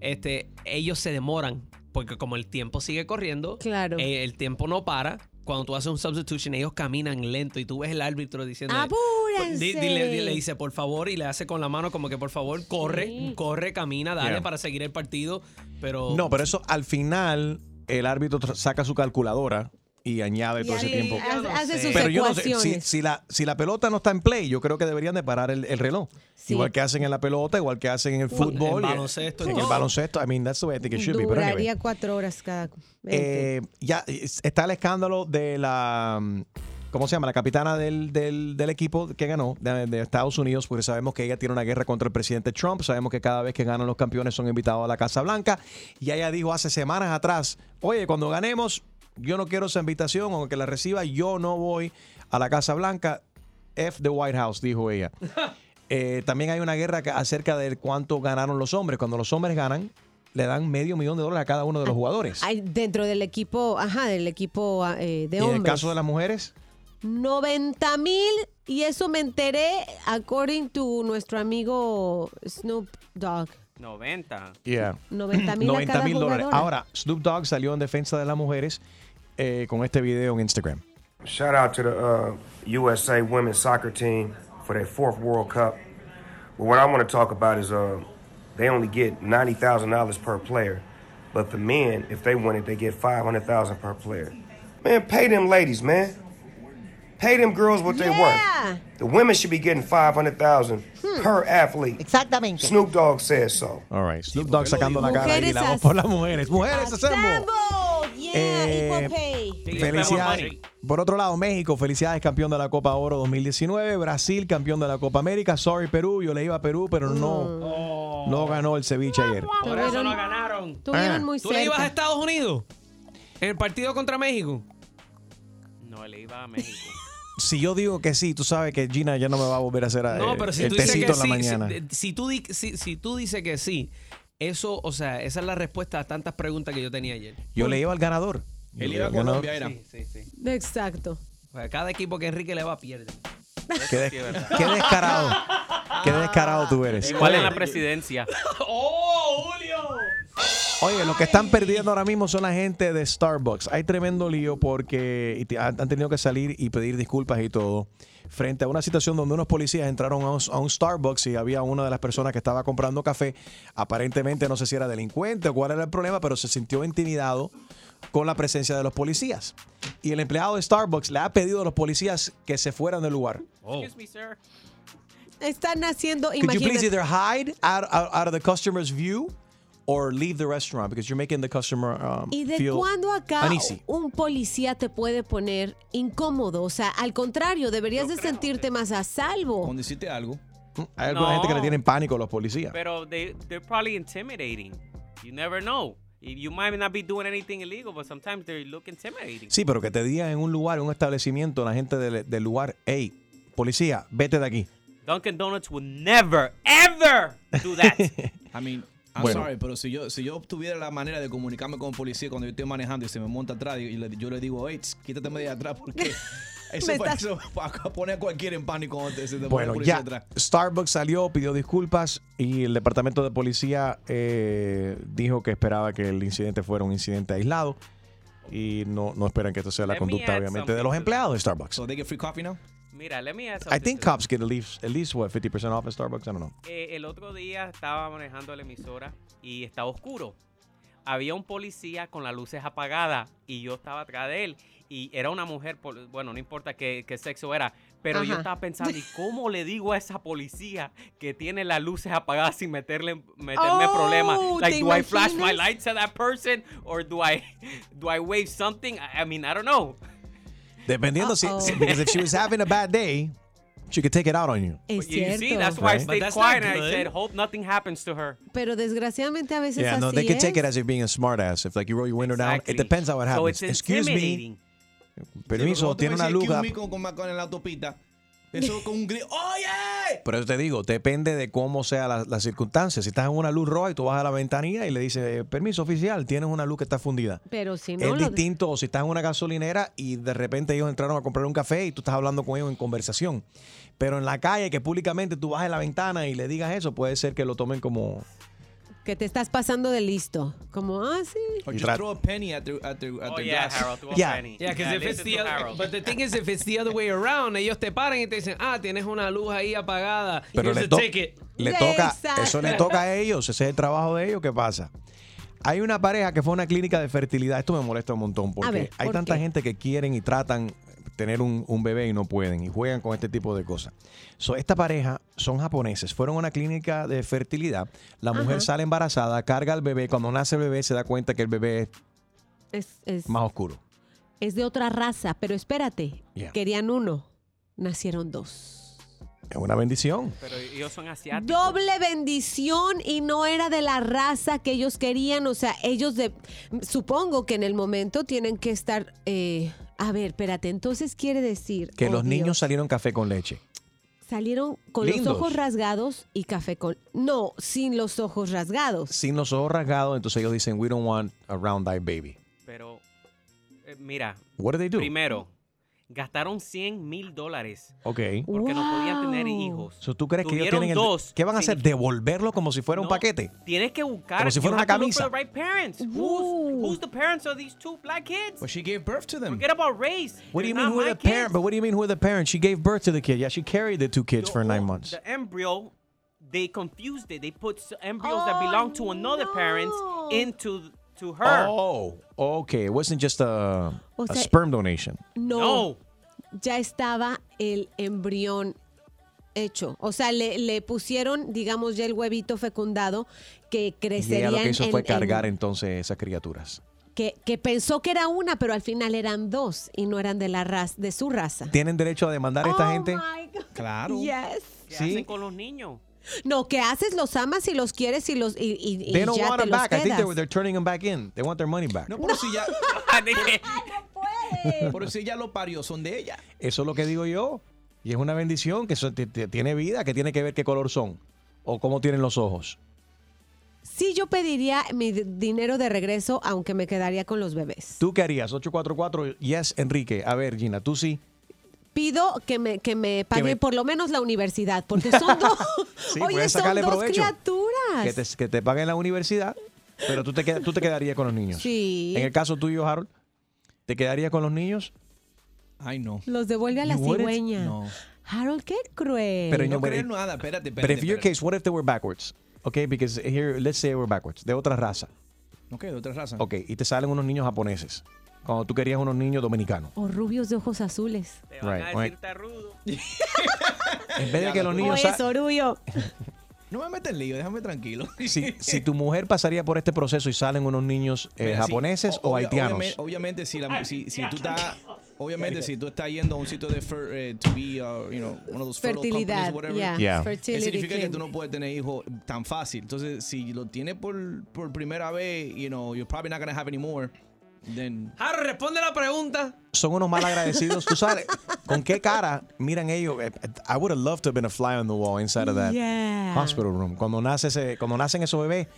[SPEAKER 3] Este, ellos se demoran porque como el tiempo sigue corriendo,
[SPEAKER 4] Claro.
[SPEAKER 3] eh, el tiempo no para. Cuando tú haces un substitution, ellos caminan lento y tú ves el árbitro diciendo.
[SPEAKER 4] Apúrense.
[SPEAKER 3] Di- dile- di- le dice por favor y le hace con la mano como que por favor corre, corre, camina, dale
[SPEAKER 2] Yeah.
[SPEAKER 3] para seguir el partido, pero
[SPEAKER 2] No, pero eso al final el árbitro tra- saca su calculadora y añade todo ese
[SPEAKER 4] hace-
[SPEAKER 2] tiempo.
[SPEAKER 4] hace- hace sus
[SPEAKER 2] Pero yo no sé, si,
[SPEAKER 4] ecuaciones.
[SPEAKER 2] si la, si la pelota no está en play, yo creo que deberían de parar el, el reloj.
[SPEAKER 4] Sí.
[SPEAKER 2] Igual que hacen en la pelota, igual que hacen en el fútbol. y-
[SPEAKER 3] baloncesto y
[SPEAKER 2] En el
[SPEAKER 3] todo.
[SPEAKER 2] baloncesto, I mean, that's the way I think it should be. Pero anyway.
[SPEAKER 4] Duraría cuatro horas cada.
[SPEAKER 2] Eh, ya es- está el escándalo de la. mm, ¿Cómo se llama? La capitana del, del- del equipo que ganó de, de Estados Unidos, porque sabemos que ella tiene una guerra contra el presidente Trump. Sabemos que cada vez que ganan los campeones son invitados a la Casa Blanca. Y ella dijo hace semanas atrás: Oye, cuando ganemos, yo no quiero esa invitación, aunque la reciba, yo no voy a la Casa Blanca. F the White House, dijo ella. Eh, también hay una guerra ca- acerca de cuánto ganaron los hombres. Cuando los hombres ganan, le dan medio millón de dólares a cada uno de los jugadores.
[SPEAKER 4] Ay, dentro del equipo, ajá, del equipo ah, eh, de
[SPEAKER 2] Pues. ¿Y en el
[SPEAKER 4] hombres.
[SPEAKER 2] caso de las mujeres?
[SPEAKER 4] 90 mil y eso me enteré according to nuestro amigo Snoop Dogg.
[SPEAKER 5] 90.
[SPEAKER 2] Yeah.
[SPEAKER 4] 90 mil a
[SPEAKER 2] 90
[SPEAKER 4] cada
[SPEAKER 2] mil dólares.
[SPEAKER 4] jugadora.
[SPEAKER 2] Ahora, Snoop Dogg salió en defensa de las mujeres eh, con este video en Instagram.
[SPEAKER 14] Shout out to the uh, USA women's soccer team for their fourth World Cup. But what I want to talk about is uh, they only get ninety thousand dollars per player, but for men, if they win it, they get five hundred thousand per player. Man, pay them ladies, man. Pay them girls what they
[SPEAKER 4] Ah.
[SPEAKER 14] worth. The women should be getting five hundred thousand per athlete.
[SPEAKER 7] Exactamente.
[SPEAKER 14] Snoop Dogg says so.
[SPEAKER 2] All right. Snoop Dogg sacando la cara y
[SPEAKER 14] Mujeres
[SPEAKER 2] la
[SPEAKER 14] as-
[SPEAKER 2] voz por las mujeres. Mujeres hacemos.
[SPEAKER 4] ¡Bravo! Yeah,
[SPEAKER 2] Eh,
[SPEAKER 4] equal pay.
[SPEAKER 2] Felicidades. Por otro lado, México, felicidades, campeón de la Copa Oro 2019. Brasil, campeón de la Copa América. Sorry, Perú, yo le iba a Perú, pero
[SPEAKER 3] Mm.
[SPEAKER 2] no. No ganó el ceviche ayer.
[SPEAKER 3] Por eso no ganaron.
[SPEAKER 2] Tuvieron muy
[SPEAKER 3] ¿Tú le
[SPEAKER 2] cerca.
[SPEAKER 3] ibas a Estados Unidos? En el partido contra México.
[SPEAKER 5] No, le iba a México.
[SPEAKER 2] Si yo digo que sí, tú sabes que Gina ya no me va a volver a hacer eh,
[SPEAKER 3] No, pero si
[SPEAKER 2] el
[SPEAKER 3] tú dices
[SPEAKER 2] tecito
[SPEAKER 3] que
[SPEAKER 2] en la
[SPEAKER 3] sí,
[SPEAKER 2] mañana.
[SPEAKER 3] si, si tú di- si- si tú dices que sí, eso, o sea, esa es la respuesta a tantas preguntas que yo tenía ayer.
[SPEAKER 2] Yo le iba al ganador.
[SPEAKER 3] Él
[SPEAKER 2] Yo
[SPEAKER 3] iba a
[SPEAKER 2] le iba al
[SPEAKER 3] Colombia,
[SPEAKER 2] ganador.
[SPEAKER 3] era. Sí, sí, sí.
[SPEAKER 4] Exacto.
[SPEAKER 3] O sea, cada equipo que Enrique le va pierde.
[SPEAKER 2] Qué, des- qué descarado. Qué descarado tú eres.
[SPEAKER 5] Igual en la presidencia.
[SPEAKER 2] Oh. Oye, los que están perdiendo ahora mismo son la gente de Starbucks. Hay tremendo lío porque y te- han han tenido que salir y pedir disculpas y todo. Frente a una situación donde unos policías entraron a un, a un Starbucks y había una de las personas que estaba comprando café. Aparentemente no sé si era delincuente o cuál era el problema, pero se sintió intimidado con la presencia de los policías. Y el empleado de Starbucks le ha pedido a los policías que se fueran del lugar.
[SPEAKER 5] Excuse me, sir.
[SPEAKER 4] Están haciendo,
[SPEAKER 2] Could you please
[SPEAKER 4] imagínate.
[SPEAKER 2] either hide out, out, out of the customer's view or leave the restaurant because you're making the customer um,
[SPEAKER 4] ¿Y de
[SPEAKER 2] feel
[SPEAKER 4] cuándo acá
[SPEAKER 2] uneasy.
[SPEAKER 4] un policía te puede poner incómodo? O sea, al contrario, deberías de
[SPEAKER 5] eh.
[SPEAKER 4] sentirte más a salvo.
[SPEAKER 2] Cuando hiciste algo. Mm, Hay alguna gente que le
[SPEAKER 5] No.
[SPEAKER 2] tienen pánico a los policías.
[SPEAKER 5] Pero they, they're probably intimidating. You never know. Y- You might not be doing anything illegal, but sometimes they look intimidating.
[SPEAKER 2] Sí, pero que te digan en un lugar, en un establecimiento, la gente del, del lugar, hey, policía, vete de aquí.
[SPEAKER 5] Dunkin' Donuts would never, ever do that.
[SPEAKER 6] I mean, I'm
[SPEAKER 2] Bueno.
[SPEAKER 6] sorry, pero si yo, si yo tuviera la manera de comunicarme con un policía cuando yo estoy manejando y se me monta atrás y le- yo le digo, hey, tss, quítate media atrás porque eso,
[SPEAKER 4] Me
[SPEAKER 6] pa-
[SPEAKER 4] estás-
[SPEAKER 6] eso pa- pone a cualquiera en pánico cuando te- se te pone el
[SPEAKER 2] Bueno,
[SPEAKER 6] policía
[SPEAKER 2] ya.
[SPEAKER 6] atrás.
[SPEAKER 2] Starbucks salió, pidió disculpas y el departamento de policía eh, dijo que esperaba que el incidente fuera un incidente aislado y no, no esperan que esto sea la
[SPEAKER 5] Let me
[SPEAKER 2] conducta,
[SPEAKER 5] add
[SPEAKER 2] obviamente, de
[SPEAKER 5] something
[SPEAKER 2] los
[SPEAKER 5] to
[SPEAKER 2] empleados de Starbucks.
[SPEAKER 6] So they get free coffee now?
[SPEAKER 5] Mira, let me ask
[SPEAKER 2] I
[SPEAKER 5] something
[SPEAKER 2] think
[SPEAKER 5] to
[SPEAKER 2] cops get at least, at least what, 50% off at Starbucks? I don't know.
[SPEAKER 5] Eh, el otro día estaba manejando la emisora y estaba oscuro. Había un policía con las luces apagadas y yo estaba atrás de él. Y era una mujer, pol- bueno, no importa qué, qué sexo era, pero yo
[SPEAKER 15] Ajá.
[SPEAKER 5] estaba pensando, ¿y cómo le digo a esa policía que tiene las luces apagadas sin meterle, meterme
[SPEAKER 15] Oh,
[SPEAKER 5] problemas? Like,
[SPEAKER 15] ¿te
[SPEAKER 5] do I flash my
[SPEAKER 15] imaginas?
[SPEAKER 5] lights at that person or do I, do I wave something? I, I mean, I don't know.
[SPEAKER 2] Dependiendo si, si- because if she was having a bad day, she could take it out on you.
[SPEAKER 4] Es
[SPEAKER 5] You see,
[SPEAKER 4] cierto.
[SPEAKER 5] that's why I
[SPEAKER 2] Right. But
[SPEAKER 5] stayed
[SPEAKER 2] that's
[SPEAKER 5] quiet
[SPEAKER 2] not
[SPEAKER 5] and I
[SPEAKER 2] good.
[SPEAKER 5] said, hope nothing happens to her.
[SPEAKER 4] Pero desgraciadamente a veces
[SPEAKER 2] Yeah,
[SPEAKER 4] así
[SPEAKER 2] no, they could
[SPEAKER 4] es.
[SPEAKER 2] take it as if being a smartass. If like you roll your window down, it depends on what
[SPEAKER 5] So
[SPEAKER 2] happens.
[SPEAKER 5] it's
[SPEAKER 2] Excuse me.
[SPEAKER 5] intimidating.
[SPEAKER 2] Permiso, tiene una luz.
[SPEAKER 6] Un mico con, con en la autopista. Eso con un ¡Oh, grito, ¡Oye!
[SPEAKER 2] Pero yo te digo, depende de cómo sea la, la circunstancia. Si estás en una luz roja y tú vas a la ventanilla y le dices, eh, permiso oficial, tienes una luz que está fundida.
[SPEAKER 4] Pero si
[SPEAKER 2] es
[SPEAKER 4] no, lo-
[SPEAKER 2] distinto o si estás en una gasolinera y de repente ellos entraron a comprar un café y tú estás hablando con ellos en conversación. Pero en la calle, que públicamente tú bajes la ventana y le digas eso, puede ser que lo tomen como...
[SPEAKER 4] que te estás pasando de listo. Como, ah, sí.
[SPEAKER 6] Or
[SPEAKER 2] Y
[SPEAKER 6] just
[SPEAKER 2] tra-
[SPEAKER 6] throw a penny at the, at the, at
[SPEAKER 5] Oh,
[SPEAKER 6] the
[SPEAKER 5] yeah,
[SPEAKER 6] glass.
[SPEAKER 5] Harold, throw a
[SPEAKER 2] Yeah.
[SPEAKER 5] penny.
[SPEAKER 3] Yeah, 'cause
[SPEAKER 5] Yeah,
[SPEAKER 3] if it's
[SPEAKER 5] listen
[SPEAKER 3] the
[SPEAKER 5] to
[SPEAKER 3] other-
[SPEAKER 5] Harold.
[SPEAKER 3] but the thing is, if it's the other way around, ellos te paran y te dicen, ah, tienes una luz ahí apagada.
[SPEAKER 2] Pero
[SPEAKER 3] Here's
[SPEAKER 2] le,
[SPEAKER 3] a
[SPEAKER 2] to-
[SPEAKER 3] ticket.
[SPEAKER 2] le toca, eso le toca a ellos, ese es el trabajo de ellos, ¿qué pasa? Hay una pareja que fue a una clínica de fertilidad, esto me molesta un montón, porque
[SPEAKER 23] ver,
[SPEAKER 2] hay
[SPEAKER 23] ¿por
[SPEAKER 2] tanta
[SPEAKER 23] qué?
[SPEAKER 2] gente que quieren y tratan tener un, un bebé y no pueden, y juegan con este tipo de cosas. So, esta pareja son japoneses, fueron a una clínica de fertilidad, la mujer
[SPEAKER 4] Ajá.
[SPEAKER 2] sale embarazada, carga al bebé, cuando nace el bebé se da cuenta que el bebé
[SPEAKER 4] Es, es-
[SPEAKER 2] es más oscuro.
[SPEAKER 4] es de otra raza, pero espérate.
[SPEAKER 2] Yeah.
[SPEAKER 4] Querían uno, nacieron dos.
[SPEAKER 2] Es una bendición.
[SPEAKER 5] Pero ellos son asiáticos.
[SPEAKER 4] Doble bendición y no era de la raza que ellos querían. O sea, ellos de, supongo que en el momento tienen que estar... eh, a ver, espérate, entonces quiere decir...
[SPEAKER 2] Que
[SPEAKER 4] oh,
[SPEAKER 2] los
[SPEAKER 4] Dios,
[SPEAKER 2] niños salieron café con leche.
[SPEAKER 4] salieron con
[SPEAKER 2] lindos.
[SPEAKER 4] los ojos rasgados y café con... No, sin los ojos rasgados.
[SPEAKER 2] Sin los ojos rasgados, entonces ellos dicen, we don't want a round-eyed baby.
[SPEAKER 5] Pero, eh, mira,
[SPEAKER 2] What do they do?
[SPEAKER 5] primero, gastaron 100 mil dólares
[SPEAKER 2] Ok.
[SPEAKER 5] porque no podían tener hijos.
[SPEAKER 2] So, ¿Tú crees que ellos
[SPEAKER 5] Tuvieron
[SPEAKER 2] tienen el-
[SPEAKER 5] dos.
[SPEAKER 2] ¿Qué van a hacer? ¿Devolverlo como si fuera un
[SPEAKER 5] No,
[SPEAKER 2] paquete?
[SPEAKER 5] Tienes que buscar.
[SPEAKER 2] Como si fuera una
[SPEAKER 5] you have to look
[SPEAKER 2] camisa.
[SPEAKER 5] for the right parents. Who's, who's the parents of these two black kids?
[SPEAKER 2] But she gave birth to them.
[SPEAKER 5] Forget about race.
[SPEAKER 2] What do you
[SPEAKER 5] It's
[SPEAKER 2] mean
[SPEAKER 5] not
[SPEAKER 2] who are
[SPEAKER 5] my
[SPEAKER 2] the parent?
[SPEAKER 5] kids.
[SPEAKER 2] But what do you mean who are the parent? She gave birth to the kid. Yeah, she carried the two kids for nine months.
[SPEAKER 5] The embryo, they confused it. They put s- embryos that belong to another parent into to her.
[SPEAKER 2] Oh, okay. It wasn't just a,
[SPEAKER 4] O
[SPEAKER 2] a
[SPEAKER 4] sea-
[SPEAKER 2] sperm donation.
[SPEAKER 4] No. Ya estaba el embrión hecho. O sea, le, le pusieron, digamos, ya el huevito fecundado que
[SPEAKER 2] Y ella
[SPEAKER 4] crecería
[SPEAKER 2] lo que hizo
[SPEAKER 4] en-
[SPEAKER 2] fue
[SPEAKER 4] en-
[SPEAKER 2] cargar entonces esas criaturas.
[SPEAKER 4] que, que pensó que era una, pero al final eran dos y no eran de la raza, de su raza.
[SPEAKER 2] ¿Tienen derecho a demandar a esta
[SPEAKER 4] Oh
[SPEAKER 2] gente?
[SPEAKER 4] my God.
[SPEAKER 2] Claro.
[SPEAKER 4] Yes.
[SPEAKER 5] ¿Qué hacen con los niños?
[SPEAKER 4] No, que haces? Los amas y los quieres y los y, y- y
[SPEAKER 2] They don't
[SPEAKER 4] ya
[SPEAKER 2] want
[SPEAKER 4] te
[SPEAKER 2] them
[SPEAKER 4] los
[SPEAKER 2] back. I think
[SPEAKER 4] quedas.
[SPEAKER 2] they're, they're turning them back in. They want their money back.
[SPEAKER 6] No, pero si ya. Pero si ella lo parió, son de ella.
[SPEAKER 2] Eso es lo que digo yo. Y es una bendición que eso te- te- tiene vida, que tiene que ver qué color son o cómo tienen los ojos.
[SPEAKER 4] Sí, yo pediría mi d- dinero de regreso, aunque me quedaría con los bebés.
[SPEAKER 2] ¿Tú qué harías? 844 Yes, Enrique. A ver, Gina, tú sí.
[SPEAKER 4] Pido que me, que me pague
[SPEAKER 2] me-
[SPEAKER 4] por lo menos la universidad, porque son dos.
[SPEAKER 2] Sí,
[SPEAKER 4] Oye,
[SPEAKER 2] puedes
[SPEAKER 4] son
[SPEAKER 2] sacarle
[SPEAKER 4] dos
[SPEAKER 2] provecho.
[SPEAKER 4] criaturas.
[SPEAKER 2] Que te, que te paguen la universidad, pero tú te, qued- tú te quedarías con los niños.
[SPEAKER 4] Sí.
[SPEAKER 2] En el caso tuyo, Harold, ¿te quedarías con los niños? Ay, no.
[SPEAKER 4] Los devuelve a la
[SPEAKER 2] You wouldn't?
[SPEAKER 4] cigüeña.
[SPEAKER 2] No.
[SPEAKER 4] Harold, qué cruel.
[SPEAKER 2] Pero
[SPEAKER 6] Eh,
[SPEAKER 2] no,
[SPEAKER 6] No
[SPEAKER 2] but
[SPEAKER 6] creer
[SPEAKER 2] if-
[SPEAKER 6] nada, espérate,
[SPEAKER 2] But if
[SPEAKER 6] espérate.
[SPEAKER 2] your case, what if they were backwards? Okay, because here, let's say they were backwards, de otra raza.
[SPEAKER 6] Ok, de otra raza.
[SPEAKER 2] Ok, y te salen unos niños japoneses. Cuando tú querías unos niños dominicanos.
[SPEAKER 4] O rubios de ojos azules.
[SPEAKER 2] Right, right. En vez de que los niños...
[SPEAKER 4] o
[SPEAKER 2] sa-
[SPEAKER 4] eso, rubio.
[SPEAKER 6] No me metes en lío, déjame tranquilo.
[SPEAKER 2] si, si tu mujer pasaría por este proceso y salen unos niños eh,
[SPEAKER 6] Mira, sí,
[SPEAKER 2] japoneses
[SPEAKER 6] o-
[SPEAKER 2] o,
[SPEAKER 6] obvia-
[SPEAKER 2] haitianos.
[SPEAKER 6] Obviamente, obviamente, si, la- si- si tú estás... Obviamente, si tú estás yendo a un sitio de fer- eh, to be, uh, you know, one of those fertile companies,
[SPEAKER 4] Fertilidad,
[SPEAKER 6] whatever,
[SPEAKER 4] yeah, Yeah. fertility
[SPEAKER 6] que significa que
[SPEAKER 4] clinic.
[SPEAKER 6] tú no puedes tener hijos tan fácil. Entonces, si lo tienes por, por primera vez, you know, you're probably not gonna have any more. Then,
[SPEAKER 3] Harold, responde la pregunta.
[SPEAKER 2] Son unos mal agradecidos. Tú sabes, ¿con qué cara miran ellos? Eh, I would have loved to have been a fly on the wall inside of that
[SPEAKER 4] Yeah.
[SPEAKER 2] hospital room. Cuando, nace ese- cuando nacen esos bebés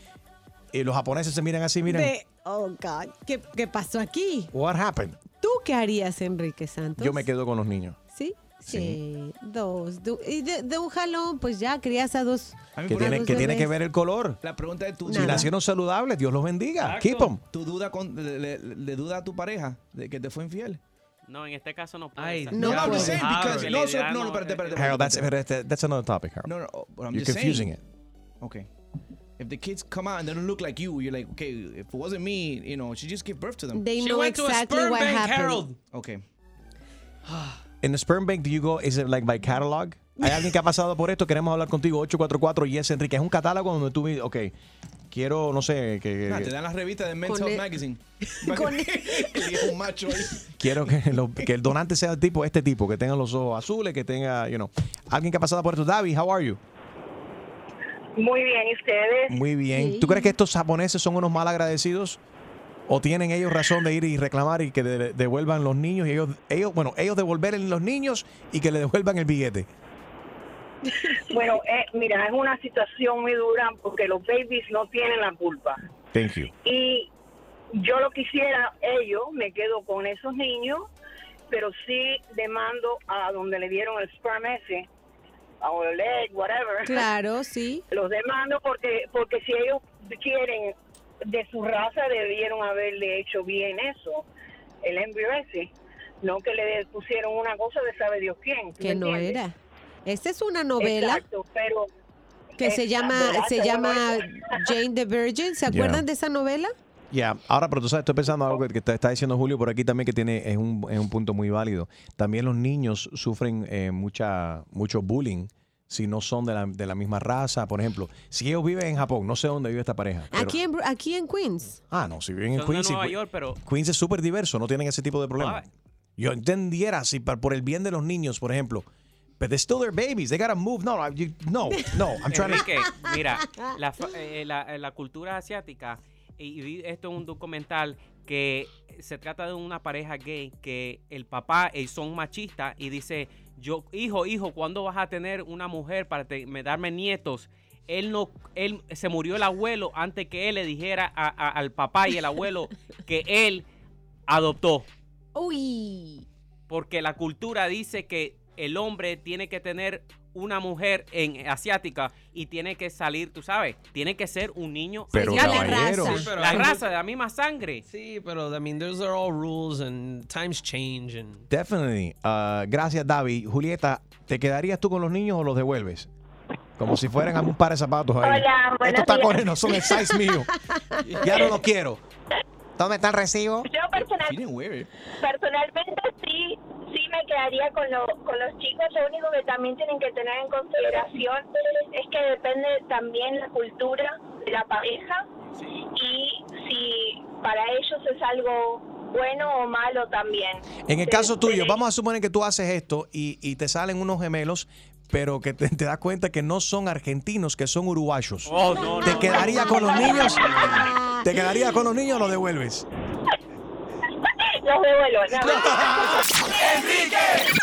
[SPEAKER 2] y los japoneses se miran así, miran,
[SPEAKER 4] De- oh, God. ¿Qué, qué pasó aquí?
[SPEAKER 2] what happened?
[SPEAKER 4] ¿Tú qué harías, Enrique Santos?
[SPEAKER 2] Yo me quedo con los niños.
[SPEAKER 4] ¿Sí? Sí, dos. du- y de, de un jalón, pues ya crías a dos.
[SPEAKER 2] Que
[SPEAKER 4] a
[SPEAKER 2] tiene,
[SPEAKER 4] dos
[SPEAKER 2] que tiene
[SPEAKER 4] bebés.
[SPEAKER 2] que ver el color.
[SPEAKER 6] La pregunta es tú.
[SPEAKER 2] Si nacieron saludables, Dios los bendiga. Keep 'em.
[SPEAKER 6] ¿Tú duda con, le, le- le duda a tu pareja de que te fue infiel?
[SPEAKER 5] No, en este caso no puede. ser.
[SPEAKER 6] No, I'm just saying,
[SPEAKER 5] Ah,
[SPEAKER 6] because-
[SPEAKER 5] porque
[SPEAKER 6] no,
[SPEAKER 5] la
[SPEAKER 6] so-
[SPEAKER 5] idea
[SPEAKER 6] no, no, espérate, espérate.
[SPEAKER 2] Harold, that's, that's another topic, Harold.
[SPEAKER 6] No, no, oh, but I'm
[SPEAKER 2] You're
[SPEAKER 6] just
[SPEAKER 2] confusing
[SPEAKER 6] saying.
[SPEAKER 2] it.
[SPEAKER 6] Okay. If the kids come out and they don't look like you, you're like, okay, if it wasn't me, you know, she just gave birth to them.
[SPEAKER 4] They She know went to a exactly sperm what bank, happened. Harold.
[SPEAKER 6] Okay.
[SPEAKER 2] In the sperm bank, do you go, is it like by catalog? ¿Hay alguien que ha pasado por esto? Queremos hablar contigo. 844 Yes Enrique. Es un catálogo donde tú, vi- ok, quiero, no sé, que,
[SPEAKER 6] Nah, te dan las revistas de Men's
[SPEAKER 4] Con
[SPEAKER 6] Health
[SPEAKER 4] e- el-
[SPEAKER 6] Magazine. Y es un macho ahí.
[SPEAKER 2] quiero que, lo- que el donante sea el tipo, este tipo, que tenga los ojos azules, que tenga, you know. Alguien que ha pasado por esto. David, how are you?
[SPEAKER 1] Muy bien, ¿y ustedes?
[SPEAKER 2] Muy bien. ¿Tú crees que estos japoneses son unos mal agradecidos? ¿O tienen ellos razón de ir y reclamar y que de- devuelvan los niños? Y ellos, ellos, bueno, ellos devolverles los niños y que le devuelvan el billete.
[SPEAKER 1] Bueno, eh, mira, es una situación muy dura porque los babies no tienen la culpa.
[SPEAKER 2] Thank you.
[SPEAKER 1] Y yo lo quisiera, ellos, me quedo con esos niños, pero sí demando a donde le dieron el sperm ese, a Oleg, whatever.
[SPEAKER 4] Claro, sí.
[SPEAKER 1] Los demando porque, porque si ellos quieren de su raza, debieron haberle hecho bien eso, el embryo ese. No que le pusieron una cosa de sabe Dios quién. ¿tú
[SPEAKER 4] Que
[SPEAKER 1] me
[SPEAKER 4] no
[SPEAKER 1] entiendes?
[SPEAKER 4] era. Esta es una novela
[SPEAKER 1] Exacto, pero
[SPEAKER 4] que se
[SPEAKER 1] Exacto,
[SPEAKER 4] llama,
[SPEAKER 1] ¿verdad?
[SPEAKER 4] se
[SPEAKER 1] Pero
[SPEAKER 4] llama
[SPEAKER 1] no-
[SPEAKER 4] Jane the Virgin.
[SPEAKER 2] Yeah.
[SPEAKER 4] ¿Se acuerdan de esa novela?
[SPEAKER 2] Ya, ahora, pero tú sabes, estoy pensando algo que, que te está diciendo Julio por aquí también, que tiene es un, es un punto muy válido. También los niños sufren eh, mucha, mucho bullying si no son de la, de la misma raza. Por ejemplo, si ellos viven en Japón, no sé dónde vive esta pareja. pero-
[SPEAKER 4] Aquí en, Bru- aquí en Queens.
[SPEAKER 2] ah, no, si viven en
[SPEAKER 4] Son de
[SPEAKER 2] Queens. y
[SPEAKER 4] Nueva
[SPEAKER 2] Que-
[SPEAKER 4] York, pero-
[SPEAKER 2] Queens es súper diverso, no tienen ese tipo de problemas. Yo entendiera si pa- por el bien de los niños, por ejemplo, but they're still their babies, they gotta move. No, I- you- no, no, I'm trying to.
[SPEAKER 5] Enrique, mira, la, fa- eh, la- eh, la cultura asiática, y, y vi esto en un documental, que se trata de una pareja gay que el papá eh, son machistas y dice, yo, hijo, hijo, ¿cuándo vas a tener una mujer para te- me darme nietos? Él no, él se murió el abuelo antes que él le dijera a- a- al papá y el abuelo que él adoptó.
[SPEAKER 4] Uy.
[SPEAKER 5] porque la cultura dice que el hombre tiene que tener una mujer en asiática y tiene que salir, tú sabes, tiene que ser un niño
[SPEAKER 2] Pero,
[SPEAKER 5] asiático.
[SPEAKER 2] caballeros. Sí,
[SPEAKER 3] pero
[SPEAKER 5] la
[SPEAKER 3] hay-
[SPEAKER 5] raza de la misma sangre.
[SPEAKER 3] Sí, pero uh, I mean, those are all rules and times change and
[SPEAKER 2] Definitely. Ah, gracias, David. Julieta, ¿te quedarías tú con los niños o los devuelves? Como si fueran algún par de zapatos ahí.
[SPEAKER 15] Hola, buenos
[SPEAKER 2] Estos tacones
[SPEAKER 15] días.
[SPEAKER 2] no son el size mío. Ya no los quiero. ¿Dónde está el recibo?
[SPEAKER 15] Yo personal, personalmente sí, sí me quedaría con, lo- con los chicos. Lo único que también tienen que tener en consideración es que depende también la cultura de la pareja y si para ellos es algo bueno o malo también.
[SPEAKER 2] En el caso tuyo, vamos a suponer que tú haces esto y, y te salen unos gemelos, pero que te, te das cuenta que no son argentinos, que son uruguayos.
[SPEAKER 5] Oh.
[SPEAKER 2] ¿Te quedaría con los niños? ¿Te quedaría con los niños o los devuelves?
[SPEAKER 15] Los devuelvo.
[SPEAKER 20] Enrique